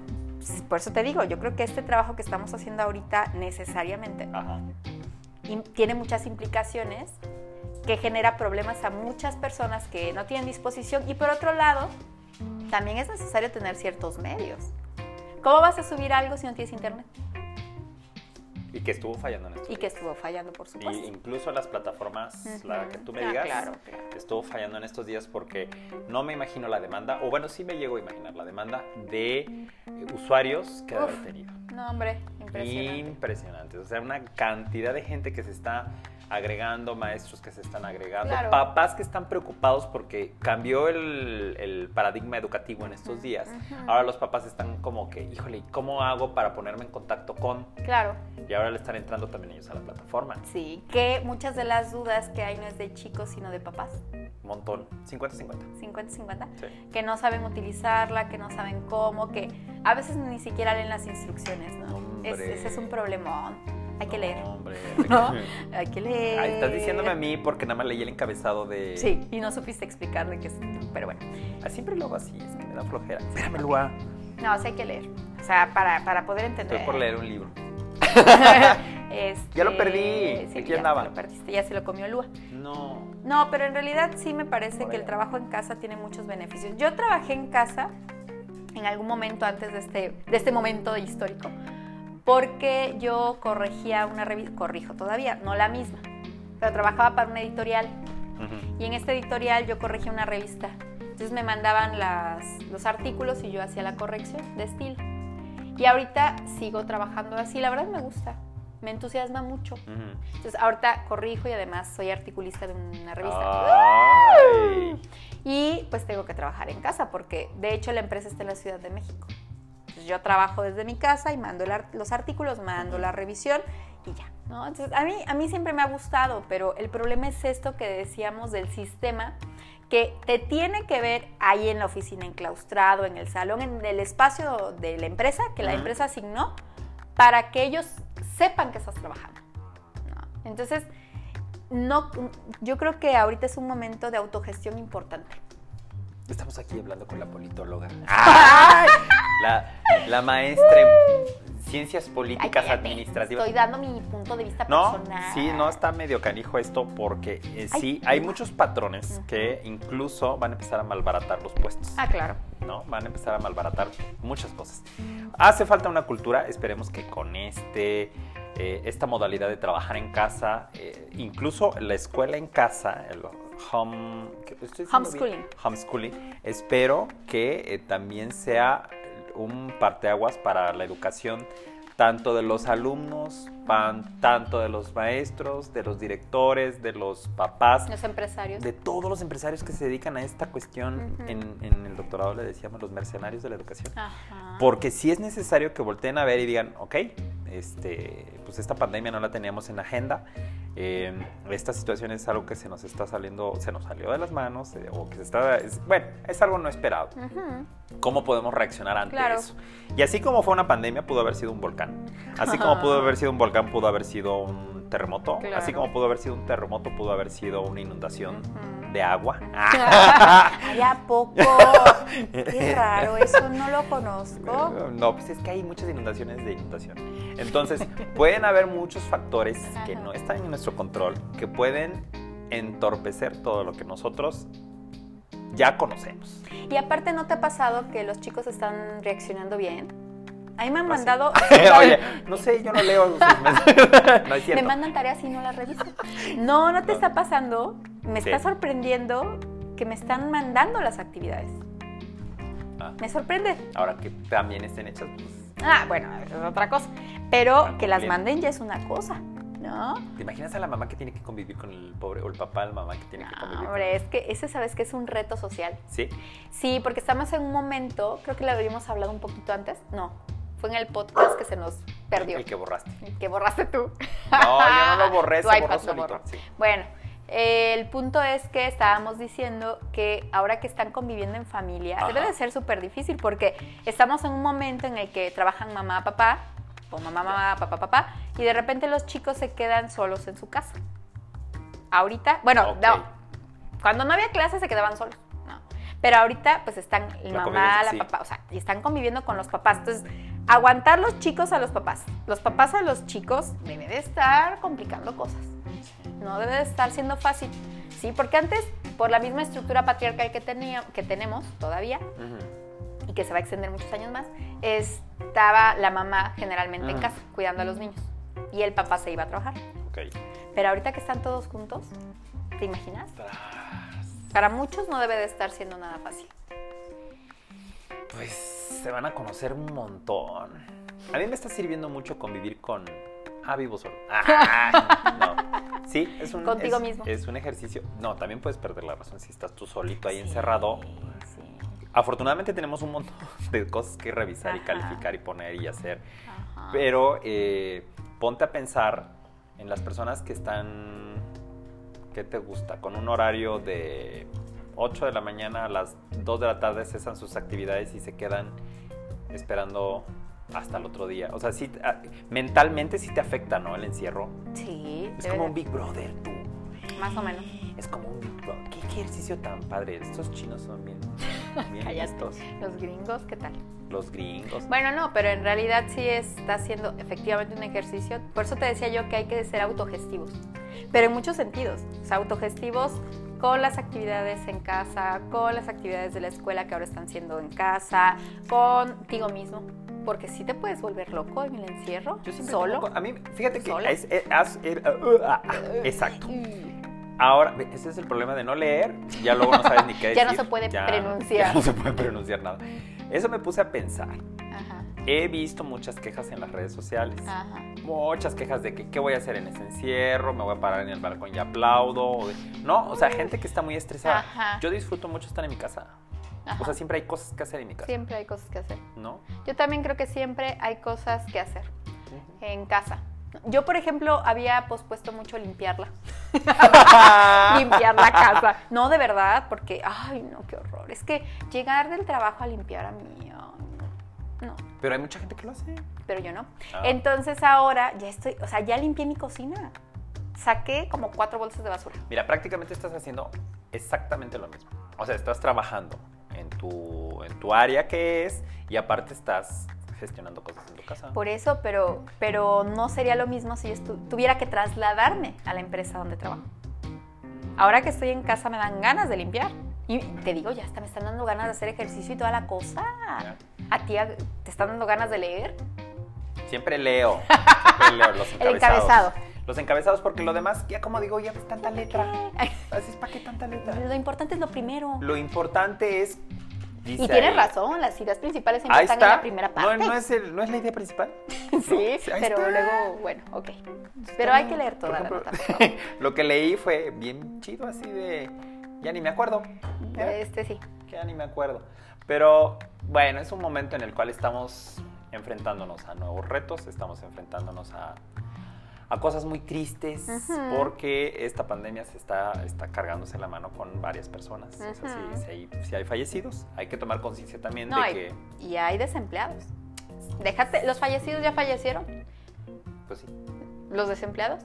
S2: s- por eso te digo, yo creo que este trabajo que estamos haciendo ahorita necesariamente
S1: Ajá.
S2: im- tiene muchas implicaciones que genera problemas a muchas personas que no tienen disposición y por otro lado, también es necesario tener ciertos medios. ¿Cómo vas a subir algo si no tienes internet?
S1: Y que estuvo fallando en esto.
S2: Y que estuvo fallando, por
S1: Y
S2: supuesto.
S1: incluso las plataformas, la que tú me
S2: Ujú. Ah,
S1: digas,
S2: claro, claro.
S1: estuvo fallando en estos días porque no me imagino la demanda, o bueno, sí me llego a imaginar la demanda de eh, usuarios que ha de
S2: Uf,
S1: haber tenido.
S2: No, hombre, impresionante.
S1: Impresionantes. O sea, una cantidad de gente que se está agregando, maestros que se están agregando,
S2: Claro.
S1: papás que están preocupados porque cambió el, el paradigma educativo en estos
S2: Ujú,
S1: días.
S2: ujú.
S1: Ahora los papás están como que, híjole, ¿y ¿cómo hago para ponerme en contacto con?
S2: Claro.
S1: Y ahora le están entrando también ellos a la plataforma.
S2: Sí, que muchas de las dudas que hay no es de chicos, sino de papás.
S1: Un montón. 50-50.
S2: 50-50.
S1: Sí.
S2: que no saben utilizarla, que no saben cómo, que a veces ni siquiera leen las instrucciones, ¿no?
S1: Hombre.
S2: Es- ese es un problemón. Hay que leer.
S1: No, hombre.
S2: <laughs> ¿No? Hay que
S1: <laughs>
S2: leer.
S1: Ahí estás diciéndome a mí porque nada más leí el encabezado de.
S2: Sí, y no supiste explicarle qué es. Pero bueno,
S1: Ah, siempre lo hago así, es que me da flojera. Espérame, Lua.
S2: no, sí hay que leer. O sea, para, para poder entender.
S1: Estoy por leer un libro.
S2: <laughs> Este,
S1: Ya lo perdí,
S2: sí,
S1: aquí
S2: ya
S1: andaba.
S2: Lo perdiste, ya se lo comió Lua.
S1: No.
S2: No, pero en realidad sí me parece
S1: Por
S2: que el
S1: allá.
S2: trabajo en casa tiene muchos beneficios. Yo trabajé en casa en algún momento antes de este, de este momento histórico, porque yo corregía una revista, corrijo todavía, no la misma, pero trabajaba para una editorial y en este editorial yo corregía una revista. Entonces me mandaban las- los artículos y yo hacía la corrección de estilo. Y ahorita sigo trabajando así, la verdad me gusta, me entusiasma mucho.
S1: Ujú.
S2: Entonces ahorita corrijo y además soy articulista de una revista.
S1: Ah. Ay.
S2: Y pues tengo que trabajar en casa porque de hecho la empresa está en la Ciudad de México. Entonces, yo trabajo desde mi casa y mando el ar- los artículos, mando la revisión y ya. ¿no? Entonces a mí, a mí siempre me ha gustado, pero el problema es esto que decíamos del sistema que te tiene que ver ahí en la oficina, enclaustrado, en el salón, en el espacio de la empresa que la
S1: Ujú.
S2: empresa asignó para que ellos sepan que estás trabajando. ¿no? Entonces, no, yo creo que ahorita es un momento de autogestión importante.
S1: Estamos aquí hablando con la politóloga. <laughs> La, la maestra en ciencias
S2: Ay,
S1: políticas
S2: cállate,
S1: administrativas.
S2: Estoy dando mi punto de vista
S1: No,
S2: personal.
S1: sí, no está medio canijo esto porque eh,
S2: Ay,
S1: sí hay
S2: no.
S1: muchos patrones
S2: Ujú.
S1: que incluso van a empezar a malbaratar los puestos.
S2: Ah, claro.
S1: ¿no? Van a empezar a malbaratar muchas cosas. Hace falta una cultura, esperemos que con este, eh, esta modalidad de trabajar en casa, eh, incluso la escuela en casa, el home, ¿qué estoy diciendo bien? homeschooling, espero que eh, también sea un parteaguas para la educación tanto de los alumnos, pan- tanto de los maestros, de los directores, de los papás,
S2: Los empresarios.
S1: Ah. de todos los empresarios que se dedican a esta cuestión,
S2: Ujú.
S1: en, en el doctorado le decíamos los mercenarios de la educación.
S2: Ajá.
S1: Porque sí es necesario que volteen a ver y digan, ok, este, pues esta pandemia no la teníamos en la agenda, eh, esta situación es algo que se nos está saliendo, se nos salió de las manos, eh, o que se está, es- bueno, es algo no esperado.
S2: Ujú.
S1: ¿Cómo podemos reaccionar ante
S2: Claro.
S1: eso? Y así como fue una pandemia, pudo haber sido un volcán. Así como pudo haber sido un volcán, pudo haber sido un terremoto. Así
S2: Claro.
S1: como pudo haber sido un terremoto, pudo haber sido una inundación
S2: Ujú.
S1: de
S2: <laughs>
S1: agua. <laughs>
S2: Ay, ¿a poco? Qué raro, eso no lo conozco.
S1: No, pues es que hay muchas inundaciones de inundación.
S2: <laughs>
S1: Entonces, pueden haber muchos factores que
S2: Ajá.
S1: no están en nuestro control, que pueden entorpecer todo lo que nosotros ya conocemos. <laughs>
S2: Y aparte, ¿no te ha pasado que los chicos están reaccionando bien? A mí me han
S1: Ah, sí.
S2: mandado...
S1: <laughs>
S2: <laughs>
S1: Oye, no sé, yo no leo sus mensajes. <laughs> No es
S2: Me
S1: cierto.
S2: mandan tareas y no las reviso. No, no te
S1: No.
S2: está pasando. Me
S1: Sí.
S2: está sorprendiendo que me están mandando las actividades.
S1: Ah.
S2: Me sorprende.
S1: Ahora que también estén hechas, pues,
S2: Ah, bueno, eso es otra cosa. Pero que las
S1: Ah, Bien.
S2: manden ya es una cosa, ¿no?
S1: ¿te imaginas a la mamá que tiene que convivir con el pobre o el papá, la mamá que tiene que
S2: No,
S1: convivir? con-
S2: hombre, es que ese sabes que es un reto social.
S1: Sí,
S2: Sí, porque estamos en un momento, creo que lo habíamos hablado un poquito antes. No, fue en el podcast que se nos perdió.
S1: el que borraste.
S2: El que borraste tú. <laughs>
S1: No, yo no lo borré,
S2: Tu
S1: se
S2: iPad
S1: borró
S2: lo
S1: solito.
S2: borró.
S1: Sí.
S2: Bueno, eh, el punto es que estábamos diciendo que ahora que están conviviendo en familia,
S1: Ajá.
S2: debe de ser súper difícil porque estamos en un momento en el que trabajan mamá, papá, o mamá, mamá, papá, papá, y de repente los chicos se quedan solos en su casa. Ahorita, bueno,
S1: Ok.
S2: no, cuando no había clases se quedaban solos, ¿no? Pero ahorita pues están el
S1: La
S2: mamá,
S1: convivencia,
S2: la
S1: sí.
S2: papá, o sea, y están conviviendo con los papás. Entonces, aguantar los chicos a los papás, los papás a los chicos, debe de estar complicando cosas. No debe de estar siendo fácil, ¿sí? Porque antes, por la misma estructura patriarcal que, tenía, que tenemos todavía,
S1: Ujú.
S2: y que se va a extender muchos años más, estaba la mamá generalmente en
S1: Mm.
S2: casa, cuidando a los niños. Y el papá se iba a trabajar.
S1: Ok.
S2: Pero ahorita que están todos juntos, ¿te imaginas? Para muchos no debe de estar siendo nada fácil.
S1: Pues se van a conocer un montón. A mí me está sirviendo mucho convivir con. Ah, vivo solo.
S2: <laughs>
S1: Ah, no. Sí, es un.
S2: Contigo
S1: es-
S2: mismo.
S1: Es un ejercicio. No, también puedes perder la razón si estás tú solito ahí
S2: Sí,
S1: encerrado.
S2: sí.
S1: Afortunadamente tenemos un montón de cosas que revisar y
S2: Ajá.
S1: calificar y poner y hacer.
S2: Ajá.
S1: Pero eh, ponte a pensar en las personas que están, ¿qué te gusta? Con un horario de 8 de la mañana a las 2 de la tarde cesan sus actividades y se quedan esperando hasta el otro día. O sea, sí, te- ah, mentalmente sí te afecta, ¿no? El encierro.
S2: Sí,
S1: Es
S2: debe
S1: como
S2: de-
S1: un Big Brother, tú.
S2: más o menos.
S1: Es como un Big Brother. ¿Qué ejercicio tan padre? Estos chinos son bien, bien
S2: <laughs> Cállate.
S1: listos.
S2: Los gringos, ¿qué tal?
S1: Los gringos.
S2: Bueno, no, pero en realidad sí está haciendo efectivamente un ejercicio. Por eso te decía yo que hay que ser autogestivos, pero en muchos sentidos. O sea, autogestivos con las actividades en casa, con las actividades de la escuela que ahora están siendo en casa, contigo mismo. Porque sí te puedes volver loco en el encierro,
S1: Yo siempre
S2: solo.
S1: tengo co- a mí, fíjate que
S2: ¿Sola?
S1: es, eh, as- eh, ah, uh, ah, ah, exacto. Ahora, ve, ese es el problema de no leer. Ya luego no sabes ni qué decir.
S2: <laughs> Ya no se puede
S1: ya no-
S2: pronunciar.
S1: ya no se puede pronunciar nada. Eso me puse a pensar.
S2: Ajá,
S1: He visto muchas quejas en las redes sociales.
S2: ajá.
S1: Muchas quejas de que qué voy a hacer en este encierro, me voy a parar en el balcón y aplaudo. o de- no, o sea, gente que está muy estresada.
S2: Ajá.
S1: Yo disfruto mucho estar en mi casa.
S2: ajá.
S1: O sea, siempre hay cosas que hacer en mi casa,
S2: siempre hay cosas que hacer. <laughs>
S1: ¿no?
S2: Yo también creo que siempre hay cosas que hacer en casa. Yo, por ejemplo, había pospuesto mucho limpiarla. limpiar la casa. No, de verdad, porque, ay, no, qué horror. Es que llegar del trabajo a limpiar a mí, ay, no. no,
S1: Pero hay mucha gente que lo hace.
S2: pero yo no.
S1: Ah.
S2: Entonces ahora ya estoy, o sea, ya limpié mi cocina. Saqué como cuatro bolsas de basura.
S1: Mira, prácticamente estás haciendo exactamente lo mismo. O sea, estás trabajando en tu, en tu área que es y aparte estás gestionando cosas en tu casa.
S2: Por eso, pero, pero no sería lo mismo si yo estu- tuviera que trasladarme a la empresa donde trabajo. Ahora que estoy en casa me dan ganas de limpiar. Y te digo, ya hasta me están dando ganas de hacer ejercicio y toda la cosa.
S1: Ya.
S2: ¿A ti a- te están dando ganas de leer?
S1: Siempre leo, siempre leo los
S2: <laughs>
S1: encabezados.
S2: El encabezado.
S1: Los encabezados porque lo demás, ya como digo, ya ves tanta letra.
S2: Ay,
S1: Así es, ¿para qué tanta letra?
S2: Lo importante es lo primero.
S1: Lo importante es... dice
S2: y tienes
S1: ahí.
S2: razón, las ideas principales siempre
S1: Ahí
S2: están
S1: está.
S2: en la primera parte.
S1: No, no es el- ¿no es la idea principal.
S2: <laughs> sí,
S1: Sí, ahí
S2: pero
S1: está.
S2: luego, bueno, ok. Pero hay que leer
S1: Por
S2: toda la
S1: ejemplo,
S2: nota, por favor.
S1: <laughs> Lo que leí fue bien chido, así de... Ya ni me acuerdo. Ya.
S2: Este sí.
S1: que ya ni me acuerdo. Pero bueno, es un momento en el cual estamos enfrentándonos a nuevos retos, estamos enfrentándonos a, a cosas muy tristes,
S2: Ujú.
S1: porque esta pandemia se está, está cargándose la mano con varias personas. O sea,
S2: Ujú.
S1: si, si hay, si hay fallecidos, hay que tomar conciencia también
S2: No,
S1: de
S2: hay-
S1: que,
S2: y hay desempleados. Déjate, los fallecidos ya fallecieron,
S1: pues sí,
S2: los desempleados.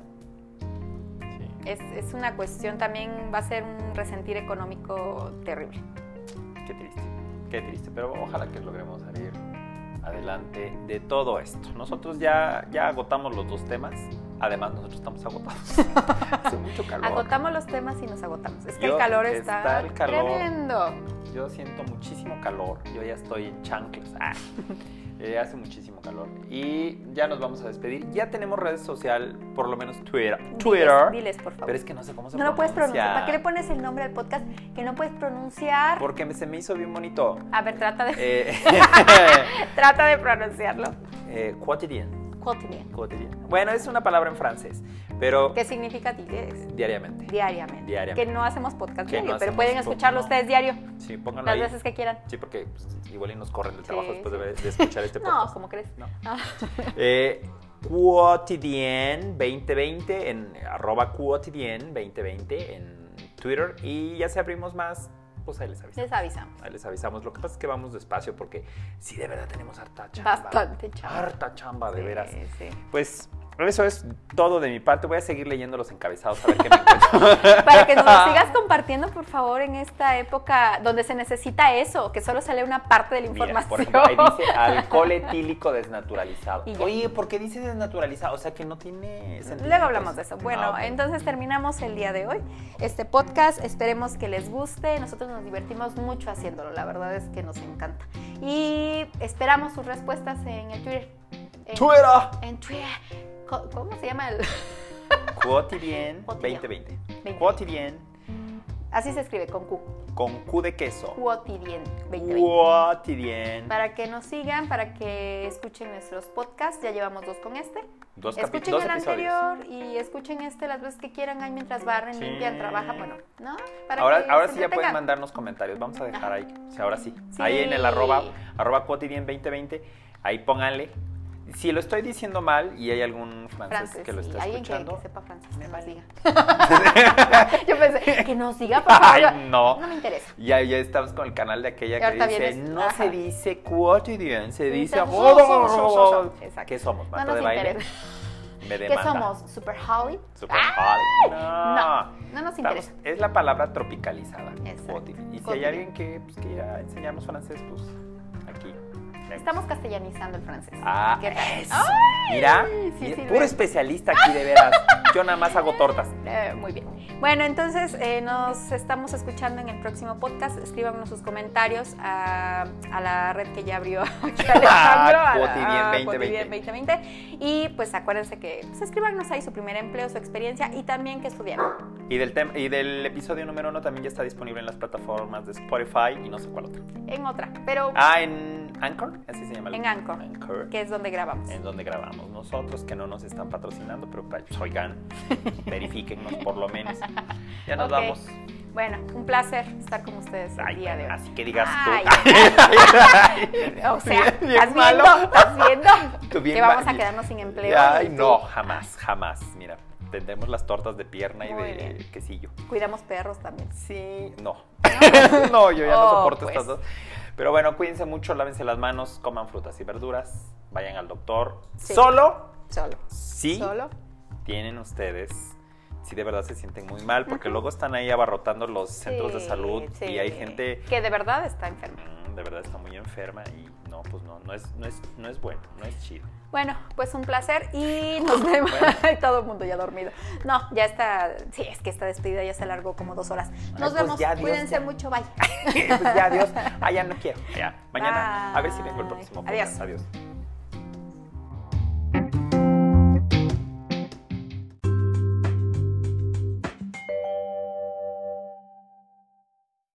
S1: sí.
S2: Es, es una cuestión también, va a ser un resentir económico terrible.
S1: Qué triste, qué triste, pero ojalá que logremos salir adelante de todo esto. Nosotros ya, ya agotamos los dos temas, además nosotros estamos agotados. Hace mucho calor.
S2: Agotamos los temas y nos agotamos. Es que
S1: Yo-
S2: el calor está,
S1: está el calor.
S2: tremendo. <laughs>
S1: Yo siento muchísimo calor, yo ya estoy en chanclas. Ah. Eh, hace muchísimo calor. Y ya nos vamos a despedir. Ya tenemos redes social, por lo menos Twitter. Twitter.
S2: Diles, diles, por favor.
S1: Pero es que no sé cómo se
S2: no lo puedes pronunciar. ¿Para qué le
S1: pronuncia.
S2: pones el nombre al podcast que no puedes pronunciar?
S1: Porque me- se me hizo bien
S2: <laughs>
S1: bonito.
S2: A ver, trata de,
S1: Eh, <laughs>
S2: trata de pronunciarlo.
S1: eh, quotidien,
S2: Quotidien.
S1: quotidien. Bueno, es una palabra en francés, pero
S2: ¿Qué significa diles?
S1: diariamente.
S2: Diariamente.
S1: Diariamente.
S2: Que no hacemos podcast
S1: Que no
S2: diario, pero
S1: hacemos
S2: pueden
S1: po-
S2: escucharlo
S1: no.
S2: ustedes diario,
S1: Sí, pónganlo
S2: las
S1: ahí.
S2: veces que quieran.
S1: Sí, porque pues, igual y nos corren el trabajo
S2: Sí,
S1: después
S2: sí.
S1: de, de escuchar este
S2: <laughs> No,
S1: podcast.
S2: ¿cómo crees?
S1: No.
S2: Ah,
S1: Eh, Quotidien 2020 en arroba Quotidien 2020 en Twitter y ya si abrimos más, pues ahí les avisamos.
S2: les avisamos.
S1: Ahí les avisamos. Lo que pasa es que vamos despacio porque sí de verdad tenemos harta chamba.
S2: Bastante chamba.
S1: Harta chamba, de
S2: Sí,
S1: veras.
S2: sí.
S1: Pues eso es todo de mi parte. Voy a seguir leyendo los encabezados a ver qué me encuentro.
S2: Para que
S1: <laughs>
S2: nos lo sigas compartiendo, por favor, en esta época donde se necesita eso, que solo sale una parte de <laughs> la
S1: Mira, por
S2: información.
S1: ejemplo, ahí
S2: <laughs>
S1: dice alcohol etílico desnaturalizado.
S2: Y ya.
S1: Oye, ¿por qué dice desnaturalizado? O sea, que no tiene sentido. pues.
S2: Luego hablamos de eso. Bueno,
S1: Ah, ok.
S2: entonces terminamos el día de hoy. Este podcast, esperemos que les guste. Nosotros nos divertimos mucho haciéndolo, la verdad es que nos encanta. Y esperamos sus respuestas en el Twitter. En,
S1: Twitter.
S2: en Twitter. Co- ¿Cómo se llama el...? <laughs>
S1: Quotidien
S2: Quotidien.
S1: 2020.
S2: 2020.
S1: Quotidien
S2: Así se escribe, con Q.
S1: con Q de queso.
S2: Quotidien 2020.
S1: Quotidien.
S2: Para que nos sigan, para que escuchen nuestros podcasts. Ya llevamos dos con este.
S1: Dos, capi-
S2: Escuchen
S1: dos
S2: el
S1: episodios.
S2: anterior y escuchen este las veces que quieran. Ahí mientras barren,
S1: Sí.
S2: limpian, trabajan, bueno, ¿no? Para
S1: Ahora,
S2: que
S1: ahora
S2: se
S1: sí ya pueden
S2: entretengan.
S1: mandarnos comentarios. Vamos a dejar
S2: Ajá.
S1: ahí. Sí, ahora sí.
S2: Sí.
S1: Ahí en el arroba, arroba Quotidien 2020. Ahí pónganle. Si lo estoy diciendo mal y hay algún francés,
S2: francés,
S1: que lo
S2: sí,
S1: está
S2: alguien que-
S1: escuchando.
S2: Que,
S1: <laughs>
S2: sepa francés, que nos
S1: vale.
S2: diga. <laughs> Yo pensé, que nos diga, por favor.
S1: <laughs> Ay, no.
S2: No me interesa.
S1: Ya, ya estamos con el canal de aquella
S2: Y
S1: que
S2: ahorita
S1: dice,
S2: vienes-
S1: no
S2: ajá.
S1: se dice quotidien, se dice...
S2: Entonces, so, so, so, so, so. Exacto.
S1: ¿Qué somos?
S2: No
S1: ¿Mato
S2: nos
S1: de baile?
S2: interesa.
S1: Me
S2: ¿Qué
S1: demanda.
S2: somos? ¿Super Holly?
S1: Super
S2: Ah,
S1: hot.
S2: No, no nos
S1: Estamos-
S2: interesa.
S1: Ah. es la palabra tropicalizada,
S2: Exacto.
S1: quotidien. Y si hay
S2: Quotidien.
S1: alguien que, pues, que quiera enseñarnos francés, pues aquí.
S2: Estamos castellanizando el francés.
S1: Ah,
S2: ¿Qué tal?
S1: eso.
S2: ¡Ay!
S1: Mira,
S2: sí,
S1: mira,
S2: sí,
S1: puro
S2: ve.
S1: especialista aquí de veras. Yo nada más hago tortas.
S2: Eh, muy bien. Bueno, entonces eh, nos estamos escuchando en el próximo podcast. Escríbanos sus comentarios a, a la red que ya abrió <laughs> aquí Alejandro,
S1: Ah,
S2: a la- ah,
S1: Quotidien
S2: a
S1: 2020.
S2: Quotidien 2020. Y pues acuérdense que pues, escríbanos ahí su primer empleo, su experiencia y también que estudiaron.
S1: Y del, tem- y del episodio número uno también ya está disponible en las plataformas de Spotify y no sé cuál otra.
S2: En otra, pero
S1: Ah, en Anchor, así se llama. el-
S2: En Anchor.
S1: Anchor.
S2: que es donde grabamos.
S1: En donde grabamos nosotros, que no nos están patrocinando, pero pues,
S2: <laughs>
S1: oigan, verifíquennos por lo menos. Ya nos
S2: Ok.
S1: vamos.
S2: Bueno, un placer estar con ustedes el
S1: Ay,
S2: día de hoy.
S1: así que digas tú. <laughs>
S2: Ay, O sea,
S1: Bien-
S2: ¿estás
S1: <laughs> bien
S2: viendo?
S1: malo.
S2: ¿Estás viendo?
S1: <laughs> Tú bien
S2: que vamos
S1: ma-
S2: a quedarnos sin empleo.
S1: Ay,
S2: y tú
S1: no, jamás, jamás. Mira, tendremos las tortas de pierna y
S2: Muy
S1: de
S2: bien.
S1: quesillo.
S2: Cuidamos perros también.
S1: Sí, no. <laughs> no, yo ya no
S2: Oh,
S1: soporto
S2: pues.
S1: estas dos. Pero bueno, cuídense mucho, lávense las manos, coman frutas y verduras, vayan al doctor.
S2: Sí.
S1: Solo
S2: Solo.
S1: si
S2: Solo.
S1: tienen ustedes, si de verdad se sienten muy mal, porque luego están ahí abarrotando los centros de
S2: Sí,
S1: salud
S2: sí.
S1: y hay gente
S2: que de verdad está enferma.
S1: mm, de verdad está muy enferma y no, pues no, no es, no es, no es bueno, no es
S2: <laughs>
S1: chido.
S2: Bueno, pues un placer
S1: <laughs>
S2: y nos vemos. <laughs>
S1: Bueno.
S2: Todo el mundo ya dormido. No, ya está. Sí, es que esta despedida ya se alargó como dos horas. Nos
S1: pues
S2: vemos.
S1: ya, adiós,
S2: Cuídense
S1: ya.
S2: mucho. Bye.
S1: pues ya, adiós. Ah, ya no quiero. Ya, mañana. A ver si vengo el
S2: Bye.
S1: próximo.
S2: Adiós.
S1: podcast. Adiós.